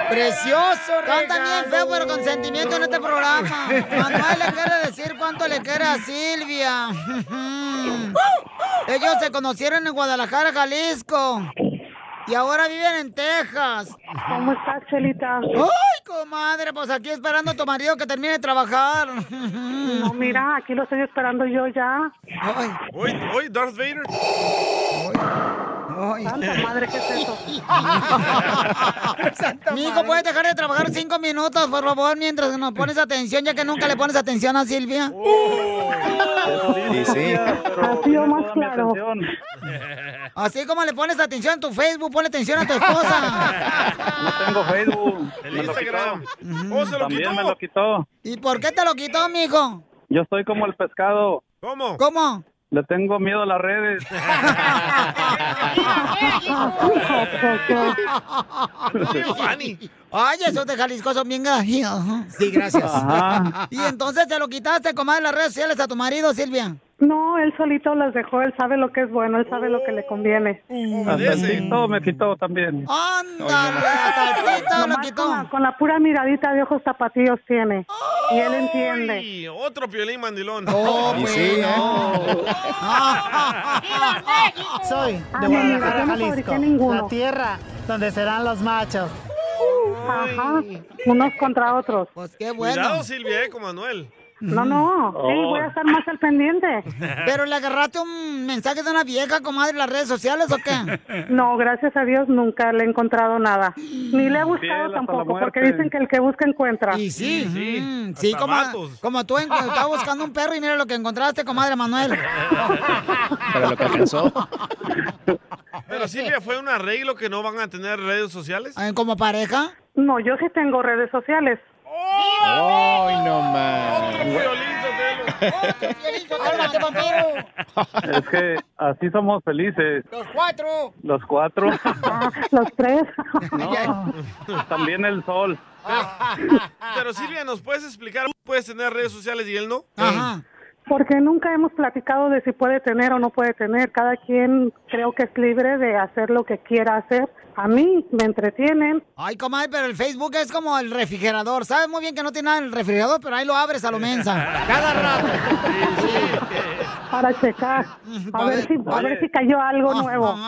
¡Precioso Canta bien feo, pero con sentimiento en este programa. Manuel le quiere decir cuánto le quiere a Silvia. Ellos se conocieron en Guadalajara, Jalisco. Y ahora viven en Texas. ¿Cómo estás, Chelita? ¡Ay, comadre! Pues aquí esperando a tu marido que termine de trabajar. No, Mm. mira, aquí lo estoy esperando yo ya. Ay. Hoy, hoy, Darth Vader. Santa madre, ¿qué es eso? Mijo, ¿puedes dejar de trabajar cinco minutos, por favor, mientras nos pones atención, ya que nunca le pones atención a Silvia? Y sí. Así o más claro. Así como le pones atención a tu Facebook, ponle atención a tu esposa. No tengo Facebook. (laughs) El Instagram. También me lo quitó. ¿Y por qué te lo quitó, mijo? Yo soy como el pescado. ¿Cómo? ¿Cómo? Le tengo miedo a las (laughs) redes. Ay, esos de Jalisco son bien gajidos. Sí, gracias. Ajá. Y entonces te lo quitaste, comadre, las redes sociales a tu marido, Silvia. No, él solito las dejó, él sabe lo que es bueno, él sabe lo que le conviene. Mm. Hasta el TikTok me quitó también. Ah, ¡Ándale! hasta el TikTok lo Nomás con la, con la pura miradita de ojos zapatillos tiene. Y él entiende. Y otro Piolín mandilón. (laughs) Oh, Y sí, (laughs) pues, no. Soy de Ah, mira, Guadalajara, yo no Jalisco. fabriqué ninguno. La tierra donde serán los machos. Ajá, Ah, unos contra otros. Pues qué Cuidado, Silvia, eh, con Manuel. No, no, ey, voy a estar más al pendiente. ¿Pero le agarraste un mensaje de una vieja, comadre, en las redes sociales o qué? (laughs) No, gracias a Dios nunca le he encontrado nada. Ni le he Fiel buscado hasta la tampoco, muerte. porque dicen que el que busca encuentra. Y sí, sí, hasta como, vatos. como tú (laughs) en- estabas buscando un perro y mira lo que encontraste, comadre Manuel. Para lo que alcanzó. Pero Silvia, ¿fue un arreglo que no van a tener redes sociales? ¿Eh, ¿Como pareja? No, yo sí tengo redes sociales. ¡Ay, no más! ¡Cálmate, vampiro! Es que así somos felices. ¡Los cuatro! (laughs) Los cuatro. (laughs) Los tres. También el sol. (laughs) Pero Silvia, ¿nos puedes explicar? ¿Puedes tener redes sociales y él no? Porque nunca hemos platicado de si puede tener o no puede tener. Cada quien creo que es libre de hacer lo que quiera hacer. A mí me entretienen. Ay, comadre, pero el Facebook es como el refrigerador. Sabes muy bien que no tiene nada en el refrigerador, pero ahí lo abres a lo mensa. Cada rato. (laughs) Para checar. A ver si, a ver si cayó algo Ah, nuevo.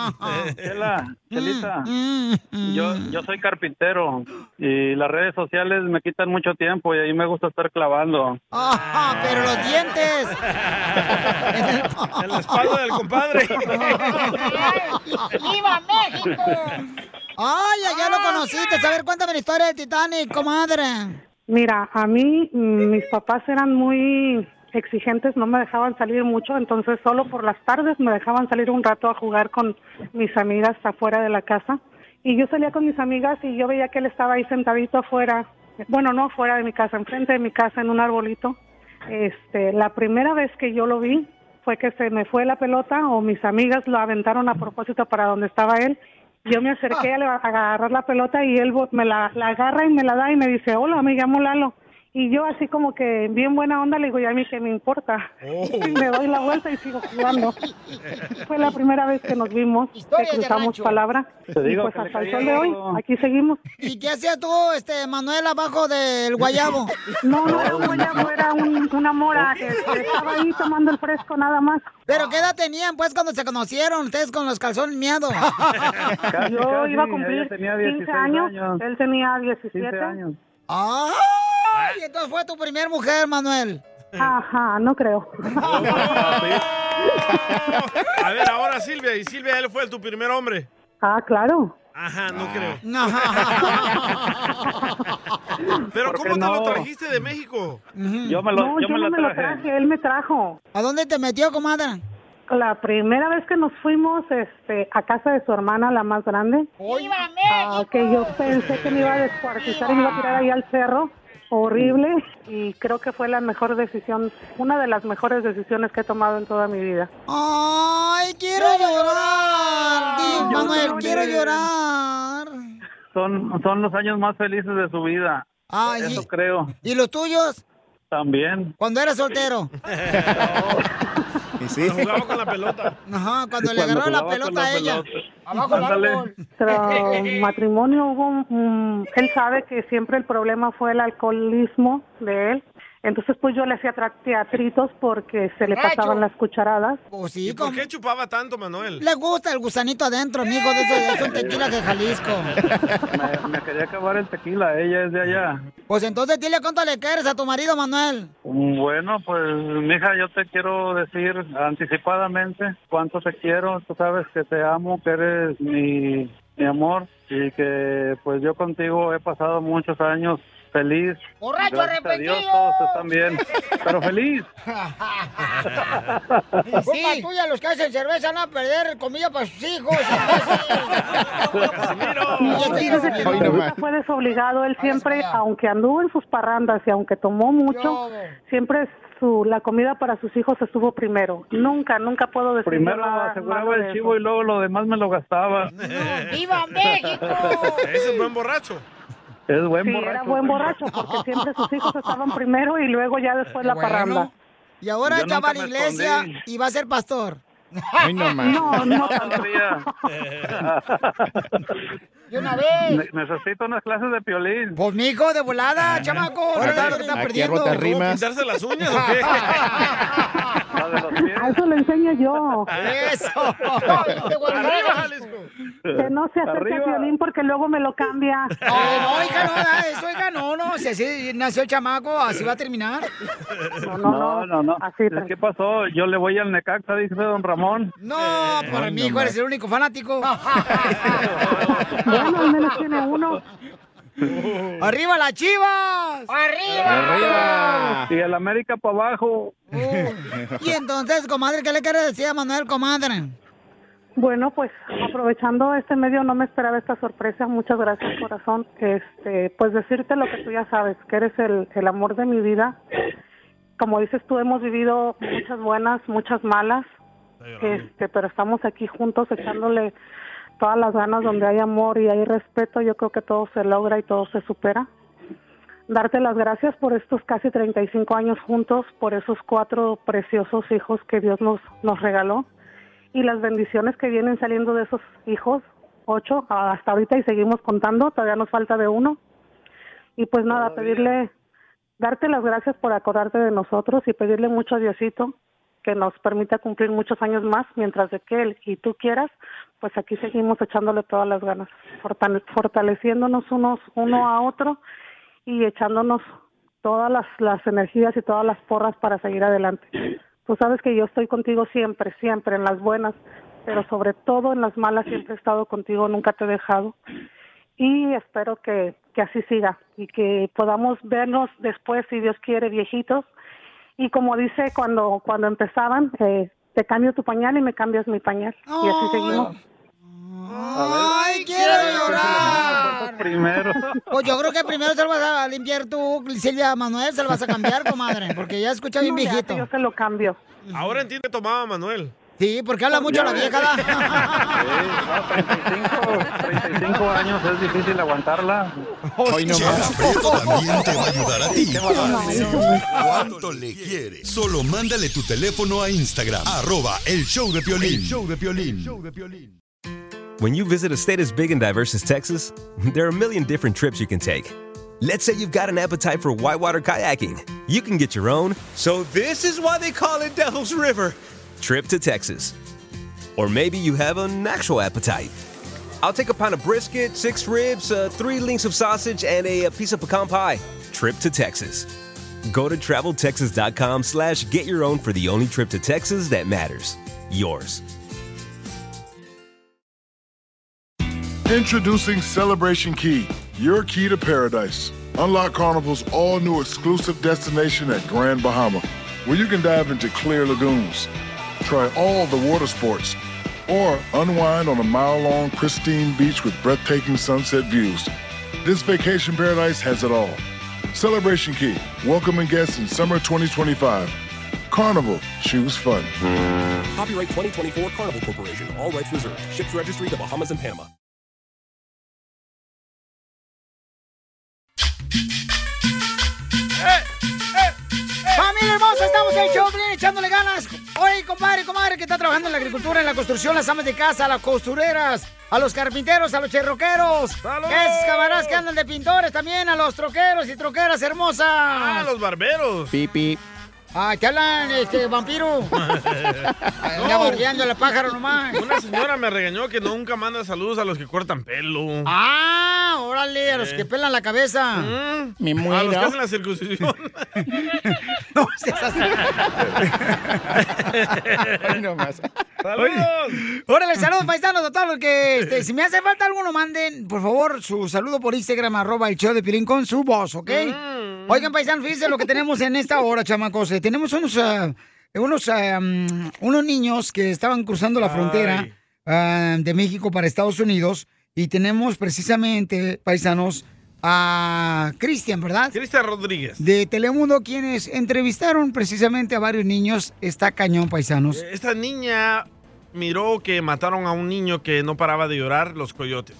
Chela, Chelita, Mm, yo, yo soy carpintero y las redes sociales me quitan mucho tiempo y ahí me gusta estar clavando. Ah, pero (laughs) los dientes. En la espalda del (laughs) compadre. ¡Viva México! ah. Ay, allá lo conociste. A ver, cuéntame la historia del Titanic, comadre. Mira, a mí mm, mis papás eran muy exigentes, no me dejaban salir mucho, entonces solo por las tardes me dejaban salir un rato a jugar con mis amigas afuera de la casa. Y yo salía con mis amigas y yo veía que él estaba ahí sentadito afuera, bueno, no afuera de mi casa, enfrente de mi casa, en un arbolito. Este, la primera vez que yo lo vi fue que se me fue la pelota o mis amigas lo aventaron a propósito para donde estaba él Yo me acerqué a le- a agarrar la pelota y él bo- me la, la agarra y me la da y me dice, hola, me llamo Lalo. Y yo así como que bien buena onda le digo, ya a mí que me importa. Y (laughs) me doy la vuelta y sigo jugando. Fue la primera vez que nos vimos, que Historias de cruzamos rancho. palabra. Te Y digo pues que le hasta el caía sol de hoy, gordo. aquí seguimos. ¿Y qué hacías tú, este, Manuel, abajo del guayabo? No, no era un guayabo, era un- una mora que que estaba ahí tomando el fresco nada más. ¿Pero qué edad tenían, pues, cuando se conocieron ustedes con los calzones miados? Yo iba a cumplir 15 años, él tenía 17. años. ¡Ay! Entonces fue tu primer mujer, Manuel. Ajá, Ah, no creo. A ver, ahora Silvia. Y Silvia, él fue tu primer hombre. Ah, claro. Ajá, no creo. (laughs) Pero ¿Por qué ¿cómo te lo no? trajiste de México? no, yo no me lo traje, él me trajo. ¿A dónde te metió, comadre? La primera vez que nos fuimos este, a casa de su hermana, la más grande, ah, que yo pensé que me iba a descuartizar y me iba a tirar ahí al cerro, horrible, y creo que fue la mejor decisión, una de las mejores decisiones que he tomado en toda mi vida. ¡Ay, quiero llorar! Di, Manuel, quiero (laughs) llorar. Son, son los años más felices de su vida. Ay, Eso creo. ¿Y los tuyos? También. Cuando eras soltero. Y sí. Jugaba con la pelota. Ajá, cuando le Cuando agarró la jugaba con pelota la a ella. pelota. Abajo el Ándale. (laughs) árbol. Nuestro matrimonio hubo un, un- Él sabe que siempre el problema fue el alcoholismo de él. Entonces, pues yo le hacía tra- teatritos porque se le Gacho. pasaban las cucharadas. ¿Y por qué chupaba tanto, Manuel? Le gusta el gusanito adentro, amigo, de ese es un tequila de Jalisco. Me, me quería acabar el tequila, ella es de allá. Pues entonces dile cuánto le quieres a tu marido, (laughs) Manuel. Bueno, pues, mija, yo te quiero decir anticipadamente cuánto te quiero. Tú sabes que te amo, que eres mi, mi amor y que, pues, yo contigo he pasado muchos años feliz. ¡Borracho Gracias a Dios, todos están bien, (laughs) pero feliz. Culpa tuya, los que hacen cerveza van a perder comida para sus (laughs) hijos. Fíjese este que Hoy nunca nomás. fue desobligado. Él siempre, aunque anduvo en sus parrandas y aunque tomó mucho, siempre su, la comida para sus hijos estuvo primero. Nunca, nunca puedo decir Primero nada malo aseguraba de el chivo y luego lo demás me lo gastaba. ¡Viva México! Ese es buen borracho. Es buen Sí, borracho. era buen borracho porque siempre sus hijos estaban primero y luego ya después la Bueno, parranda. Y ahora Yo ya va nunca a la me iglesia escondí. y va a ser pastor. (laughs) No, no tanto. (laughs) De una vez. Ne- Necesito unas clases de piolín. Pues mi hijo, de volada, chamaco. Ahora lo que está perdiendo. ¿Pintarse las uñas (laughs) o qué? A eso le enseño yo. (laughs) Eso. Arriba, Jalisco. Que no se acerque Arriba. a violín porque luluego me lo cambia. Ay, no, hija, no, da eso, oiga, no, no. Si así nació el chamaco, así va a terminar. No, no, no. ¿Qué pasó? Yo le voy al Necaxa, dice don Ramón. No, para mi hijo eres el único fanático. (laughs) Bueno, al menos tiene uno. ¡Arriba las chivas! ¡Arriba! (laughs) Y el América para (laughs) abajo. Y entonces, comadre, ¿qué le quiere decir a Manuel, comadre? Bueno, pues aprovechando este medio no me esperaba esta sorpresa. Muchas gracias, corazón. Este, pues decirte lo que tú ya sabes, que eres el, el amor de mi vida. Como dices tú, hemos vivido muchas buenas, muchas malas, este, pero estamos aquí juntos echándole todas las ganas donde hay amor y hay respeto. Yo creo que todo se logra y todo se supera. Darte las gracias por estos casi 35 años juntos, por esos cuatro preciosos hijos que Dios nos, nos regaló y las bendiciones que vienen saliendo de esos hijos, ocho a- hasta ahorita y seguimos contando, todavía nos falta de uno. Y pues nada, pedirle, darte las gracias por acordarte de nosotros y pedirle mucho a Diosito que nos permita cumplir muchos años más, mientras de que él y tú quieras, pues aquí seguimos echándole todas las ganas, fortale- fortaleciéndonos unos uno a otro y echándonos todas las, las energías y todas las porras para seguir adelante. Tú pues sabes que yo estoy contigo siempre, siempre, en las buenas, pero sobre todo en las malas siempre he estado contigo, nunca te he dejado. Y espero que, que así siga y que podamos vernos después, si Dios quiere, viejitos. Y como dice cuando, cuando empezaban, eh, te cambio tu pañal y me cambias mi pañal. Y así seguimos. ¡Ay, quiero llorar! Primero. Pues yo creo que primero te lo vas a limpiar tú, Silvia Manuel, se lo vas a cambiar, comadre, porque ya escucha bien No le hace, viejito. yo se lo cambio. Ahora entiendo que tomaba Manuel. (laughs) Sí, porque habla mucho la vieja, ¿verdad? cinco años es difícil aguantarla. Hoy no más. Prieto también te va a ayudar (laughs) a ti. a decir ¿Cuánto le quieres? Solo mándale tu teléfono a Instagram. Arroba el show de Piolín. El show de Piolín. When you visit a state as big and diverse as Texas, (laughs) there are a million different trips you can take. Let's say you've got an appetite for whitewater kayaking. You can get your own. So this is why they call it Devil's River. Trip to Texas. Or maybe you have an actual appetite. I'll take a pound of brisket, six ribs, uh, three links of sausage, and a, a piece of pecan pie. Trip to Texas. Go to traveltexas.com slash get your own for the only trip to Texas that matters. Yours. Introducing Celebration Key, your key to paradise. Unlock Carnival's all new exclusive destination at Grand Bahama, where you can dive into clear lagoons, try all the water sports, or unwind on a mile long, pristine beach with breathtaking sunset views. This vacation paradise has it all. Celebration Key, welcoming guests in summer 2025. Carnival, choose fun. Copyright 2024 Carnival Corporation. All rights reserved. Ships registry the Bahamas and Panama. ¡Familia hermosa! Estamos en Choplin echándole ganas. Oye, compadre, comadre, que está trabajando en la agricultura, en la construcción, las amas de casa, las costureras, a los carpinteros, a los cherroqueros. Esos camaradas que andan de pintores también, a los troqueros y troqueras hermosas. Ah, los barberos. Pipi. Ah, te hablan, (laughs) este, vampiro. Anda bordeando la pájaro nomás. Una señora me regañó que nunca manda saludos a los que cortan pelo. Ah, órale, a los Eh. que pelan la cabeza. Me Mm. A los que hacen la circuncisión. (laughs) No, seas así. (laughs) Ay, no más. Oye, Órale, saludos paisanos a todos los que, este, si me hace falta alguno, manden, por favor, su saludo por Instagram, arroba el show de Piolín con su voz, ¿ok? Oigan, paisanos, fíjense lo que tenemos en esta hora, chamacos. Eh, Tenemos unos, ah, unos, ah, mm, unos niños que estaban cruzando la frontera ah, de México para Estados Unidos y tenemos precisamente, paisanos, a Cristian, ¿verdad? Cristian Rodríguez. De Telemundo, quienes entrevistaron precisamente a varios niños. Está cañón, paisanos. Esta niña miró que mataron a un niño que no paraba de llorar, los coyotes.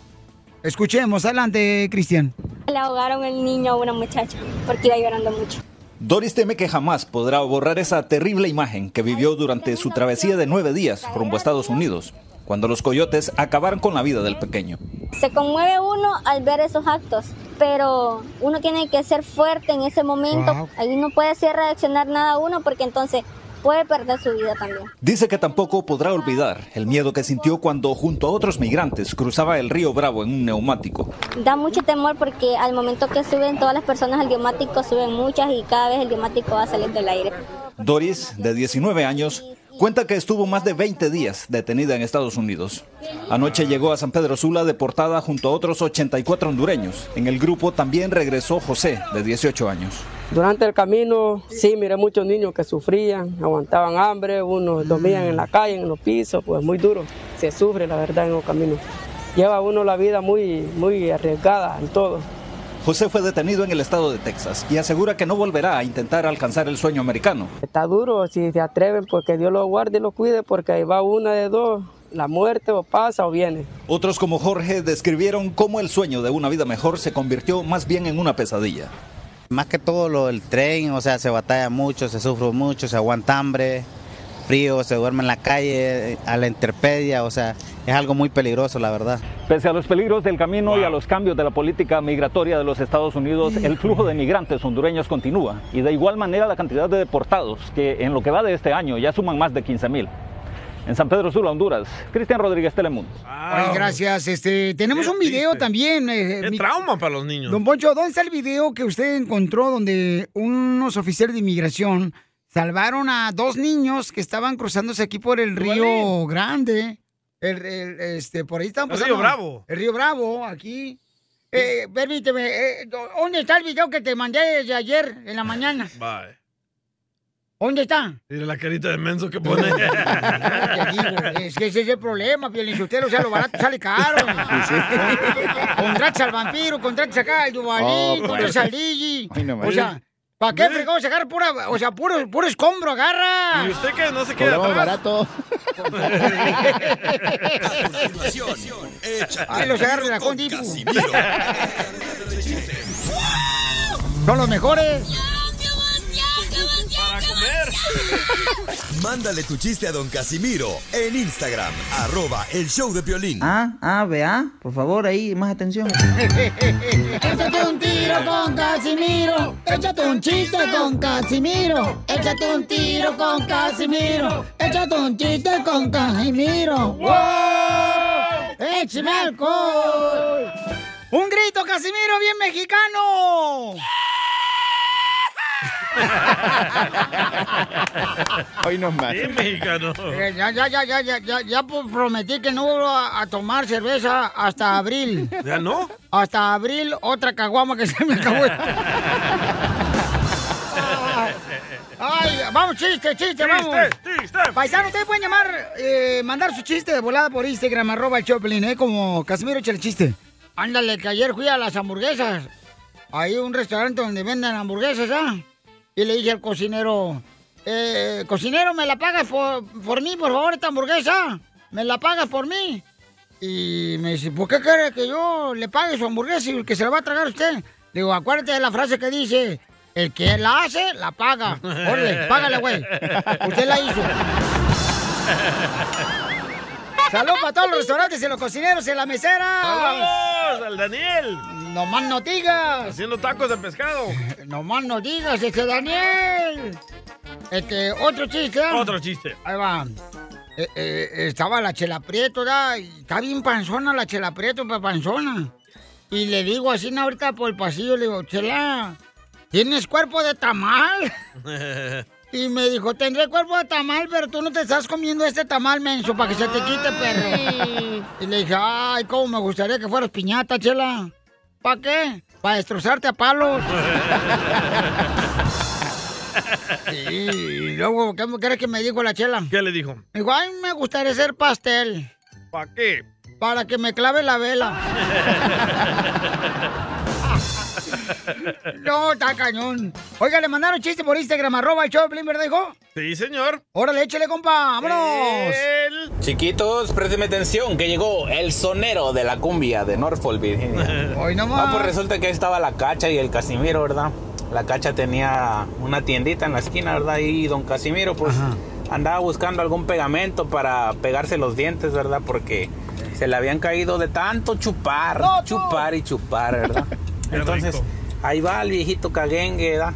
Escuchemos, adelante, Cristian. Le ahogaron el niño a una muchacha porque iba llorando mucho. Doris teme que jamás podrá borrar esa terrible imagen que vivió durante su travesía de nueve días rumbo a Estados Unidos, cuando los coyotes acabaron con la vida del pequeño. Se conmueve uno al ver esos actos, pero uno tiene que ser fuerte en ese momento. Wow. Ahí no puede ser reaccionar nada uno porque entonces puede perder su vida también. Dice que tampoco podrá olvidar el miedo que sintió cuando junto a otros migrantes cruzaba el río Bravo en un neumático. Da mucho temor porque al momento que suben todas las personas al diomático, suben muchas y cada vez el diomático va a salir del aire. Doris, de 19 años, cuenta que estuvo más de 20 días detenida en Estados Unidos. Anoche llegó a San Pedro Sula deportada junto a otros 84 hondureños. En el grupo también regresó José, de 18 años. Durante el camino, sí, miré muchos niños que sufrían, aguantaban hambre, unos dormían en la calle, en los pisos, pues muy duro. Se sufre, la verdad, en los caminos. Lleva uno la vida muy, muy arriesgada en todo. José fue detenido en el estado de Texas y asegura que no volverá a intentar alcanzar el sueño americano. Está duro, si se atreven, pues que Dios los guarde y los cuide, porque ahí va una de dos, la muerte o pasa o viene. Otros como Jorge describieron cómo el sueño de una vida mejor se convirtió más bien en una pesadilla. Más que todo lo del tren, o sea, se batalla mucho, se sufre mucho, se aguanta hambre, frío, se duerme en la calle, a la intemperie, o sea, es algo muy peligroso, la verdad. Pese a los peligros del camino y a los cambios de la política migratoria de los Estados Unidos, el flujo de migrantes hondureños continúa y de igual manera la cantidad de deportados que en lo que va de este año ya suman más de 15 mil. En San Pedro Sula, Honduras, Cristian Rodríguez Telemundo. Ay, gracias. Este, tenemos un video también. eh, mi- Trauma para los niños. Don Poncho, ¿dónde está el video que usted encontró donde unos oficiales de inmigración salvaron a dos niños que estaban cruzándose aquí por el río Grande? El, el- este, por ahí estaban El pasando. río Bravo. El río Bravo, aquí. Eh, permíteme, eh, ¿dó- ¿dónde está el video que te mandé desde ayer en la mañana? Bye. ¿Dónde (laughs) está? Mira la carita de menso que pone. Es que ese es el problema, Pielinsotelo, o sea, lo barato sale caro. (laughs) Contratas al vampiro, contratas acá al Duvalín, Oh, contratas pues. al Digi. Ay, no o más. sea, ¿Para qué fregón? Se agarra pura, o sea, puro, puro escombro, agarra. ¿Y usted que qué? ¿No se queda queda Cobramos atrás? (laughs) barato. Ay, los agarra de la Home Depot. (laughs) Son los mejores. Mándale tu chiste a don Casimiro en Instagram, arroba el show de violín. A, A, B, A, por favor, ahí, más atención. Échate un tiro con Casimiro. Échate un chiste con Casimiro. Échate un tiro con Casimiro. Échate un chiste con Casimiro. ¡Wow! ¡Échame alcohol! ¡Un grito, Casimiro, bien mexicano! Hoy no más. Bien mexicano. Eh, Ya, ya, ya, ya, ya, ya, ya pues prometí que no vuelvo a, a tomar cerveza hasta abril. ¿Ya no? Hasta abril, otra caguama que se me (laughs) acabó. Ay, vamos, chiste, chiste, vamos. Paisano, ustedes pueden llamar, eh, mandar su chiste de volada por Instagram, arroba el Choplin, ¿eh? Como Casimiro echa el chiste. Ándale, que ayer fui a las hamburguesas. Ahí un restaurante donde venden hamburguesas, ¿ah? Y le dije al cocinero, eh, cocinero, ¿me la pagas por, por mí, por favor, esta hamburguesa? ¿Me la pagas por mí? Y me dice, ¿por qué quiere que yo le pague su hamburguesa y que se la va a tragar usted? Le digo, acuérdate de la frase que dice, el que la hace, la paga. Órale, págale, güey. Usted (laughs) la hizo. Salud para todos los restaurantes y los cocineros y la mesera. ¡Saludos al Daniel! No más no digas. Haciendo tacos de pescado. (laughs) No más no digas, este Daniel. Este, otro chiste. ¿eh? Otro chiste. Ahí va. Eh, eh, estaba la chela prieto, ¿da? Y está bien panzona la chela prieto, pa- panzona. Y le digo así, na, ahorita por el pasillo, le digo, chela, ¿tienes cuerpo de tamal? Y me dijo, tendré cuerpo de tamal, pero tú no te estás comiendo este tamal, menso, para que se te quite, perro. Y le dije, ay, cómo me gustaría que fueras piñata, chela. ¿Para qué? Para destrozarte a palos. Y luego, ¿qué crees que me dijo la chela? ¿Qué le dijo? Me dijo, ay, me gustaría ser pastel. ¿Para qué? Para que me clave la vela. (laughs) No, está cañón. Oiga, le mandaron chiste por Instagram, arroba el show, de Piolín, ¿verdad, hijo? Sí, señor. Órale, échale, compa, vámonos. Chiquitos, présteme atención que llegó el sonero de la cumbia de Norfolk, Virginia. Hoy nomás. Ah, pues resulta que ahí estaba la Cacha y el Casimiro, ¿verdad? La Cacha tenía una tiendita en la esquina, ¿verdad? Y don Casimiro, pues, andaba buscando algún pegamento para pegarse los dientes, ¿verdad? Porque se le habían caído de tanto chupar, chupar y chupar, ¿verdad? Entonces, ahí va el viejito caguengue, ¿verdad?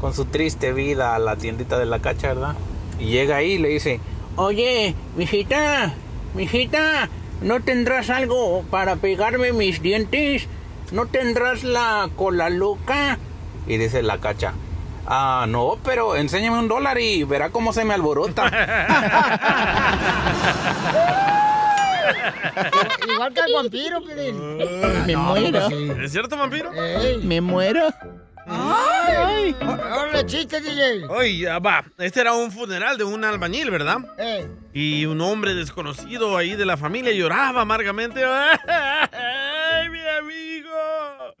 Con su triste vida a la tiendita de la Cacha, ¿verdad? Y llega ahí y le dice, oye, mijita, mijita, ¿no tendrás algo para pegarme mis dientes? ¿No tendrás la cola loca? Y dice la cacha, ah, no, pero enséñame un dólar y verá cómo se me (laughs) alborota. Igual que el vampiro, Piolín. (laughs) me muero. ¿Es cierto, vampiro? Me muero. ¡Ay! ¡Órale, chiste, DJ! Oye, ya va. Este era un funeral de un albañil, ¿verdad? Eh. Y un hombre desconocido ahí de la familia lloraba amargamente. (laughs) ¡Ay, mi amigo!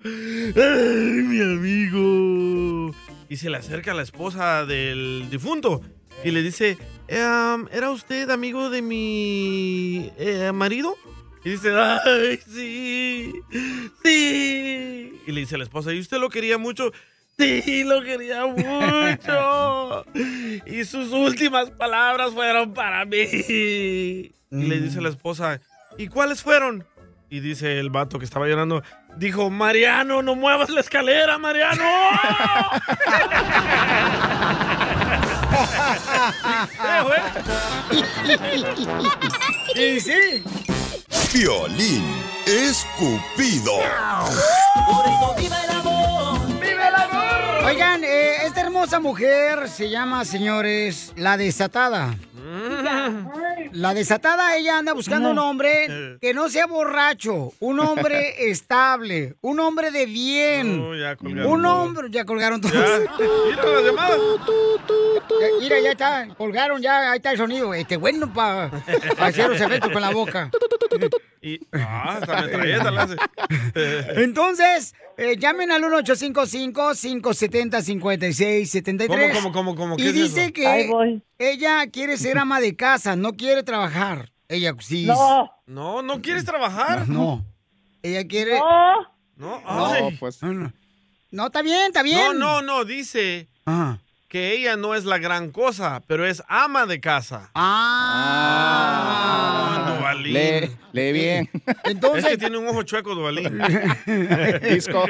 ¡Ay, mi amigo! Y se le acerca la esposa del difunto y le dice, "Em, ¿era usted amigo de mi eh, marido? Y dice, ¡ay, sí! ¡Sí! Y le dice la esposa, ¿y usted lo quería mucho? Sí, lo quería mucho. y sus últimas palabras fueron para mí. Y le dice la esposa, ¿y cuáles fueron? Y dice el vato que estaba llorando, dijo, Mariano, no muevas la escalera, Mariano. y sí. Violín escupido. Oigan, eh, esta hermosa mujer se llama, señores, la desatada. Mm. La desatada, ella anda buscando un Eh. hombre que no sea borracho, (laughs) un hombre estable, un hombre de bien, un hombre... Ya colgaron todos. (laughs) Mira las llamadas. Eh, Mira, ya está, (laughs) colgaron ya, ahí está el sonido. Este bueno para hacer los efectos con la boca. Y, ah, hasta metralleta le hace. Entonces, eh, llamen al 1855-570-5673. ¿Cómo, cómo, cómo, cómo? ¿Qué Y es dice eso? que Ahí voy. ella quiere ser ama de casa, no quiere trabajar. Ella sí. No, ¿no quieres trabajar? No. Ella quiere. No. No, ay. (laughs) pues. No, no, está bien, está bien. No, no, no, dice que ella no es la gran cosa, pero es ama de casa. Ah. Duvalín. Lee, lee bien. Es que tiene un ojo chueco, (laughs) Duvalín. Disco.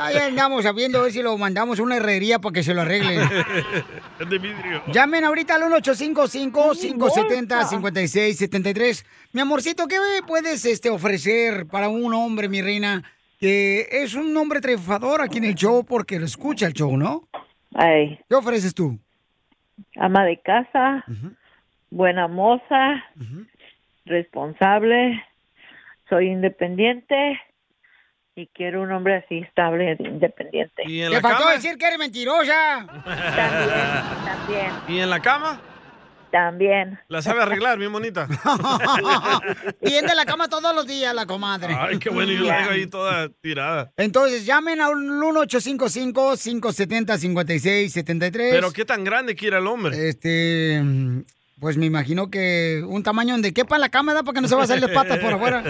Ahí andamos sabiendo a ver si lo mandamos a una herrería para que se lo (laughs) arreglen. Es de vidrio. Llamen ahorita al 1-855-570-5673. Mi amorcito, ¿qué puedes este, ofrecer para un hombre, mi reina? Que es un hombre triunfador aquí en el show porque lo escucha el show, ¿no? Ay, ¿Qué ofreces tú? ama de casa, buena moza, responsable, soy independiente y quiero un hombre así estable e independiente. ¿Y en Te la faltó cama? decir que eres mentirosa. También. (laughs) ¿Y en la cama? También. La sabe arreglar, bien bonita. Tiende la cama todos los días, la comadre. (laughs) Ay, qué bueno, yo la dejo ahí toda tirada. Entonces, llamen al 1-855-570-5673. Pero qué tan grande que era el hombre. Este, pues me imagino que un tamaño donde quepa la cámara para que no se va a hacer las patas por (laughs) afuera.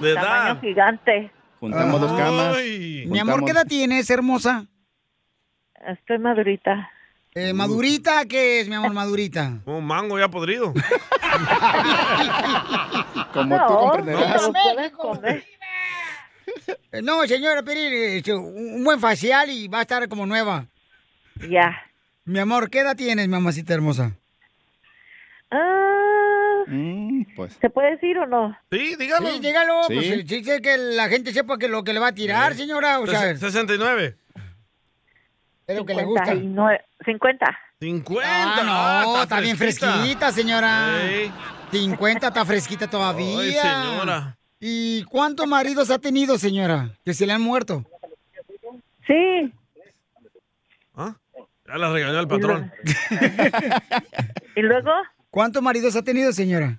De edad. Tamaño gigante. Juntamos dos camas. Mi amor, ¿qué edad tienes, hermosa? Estoy madurita. Eh, madurita, ¿qué es, mi amor, madurita? Un mango ya podrido. Como No, tú no, comprenderás. no. Eh, No, señora Pirín, este, un un buen facial y va a estar como nueva. Ya. Mi amor, ¿qué edad tienes, mamacita hermosa? Ah, ¿Se puede decir o no? Sí, dígalo. Sí, dígalo, Sí. pues, eh, dice que la gente sepa que lo que le va a tirar, señora, o sea, Ses- 69. es lo que le gusta. 50. 50. Ah, no, está bien fresquita, señora. Sí. 50 está fresquita todavía. Ay, señora. ¿Y cuántos maridos ha tenido, señora? Que se le han muerto. (laughs) Sí. ¿Ah? Ya la regañó el patrón. ¿Y luego? ¿Cuántos maridos ha tenido, señora?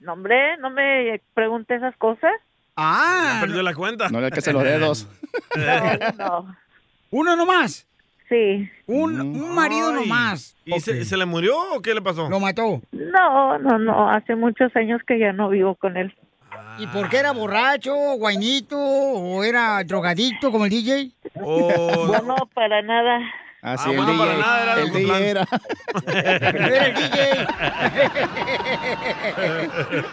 No, hombre, no me pregunte esas (laughs) cosas. Ah. Perdió la cuenta. No le alcanzan (laughs) los dedos. No. ¿Uno nomás? Sí. Un, un marido Mm. Ay. nomás. ¿Y se, se le murió o qué le pasó? Lo mató. No, no, no. Hace muchos años que ya no vivo con él. ¿Y por qué era borracho, guainito, o era drogadicto como el DJ? No, no, para nada. Así Oh, Ah, el bueno, DJ. para nada era el algo DJ plan. era. Era el (laughs) DJ.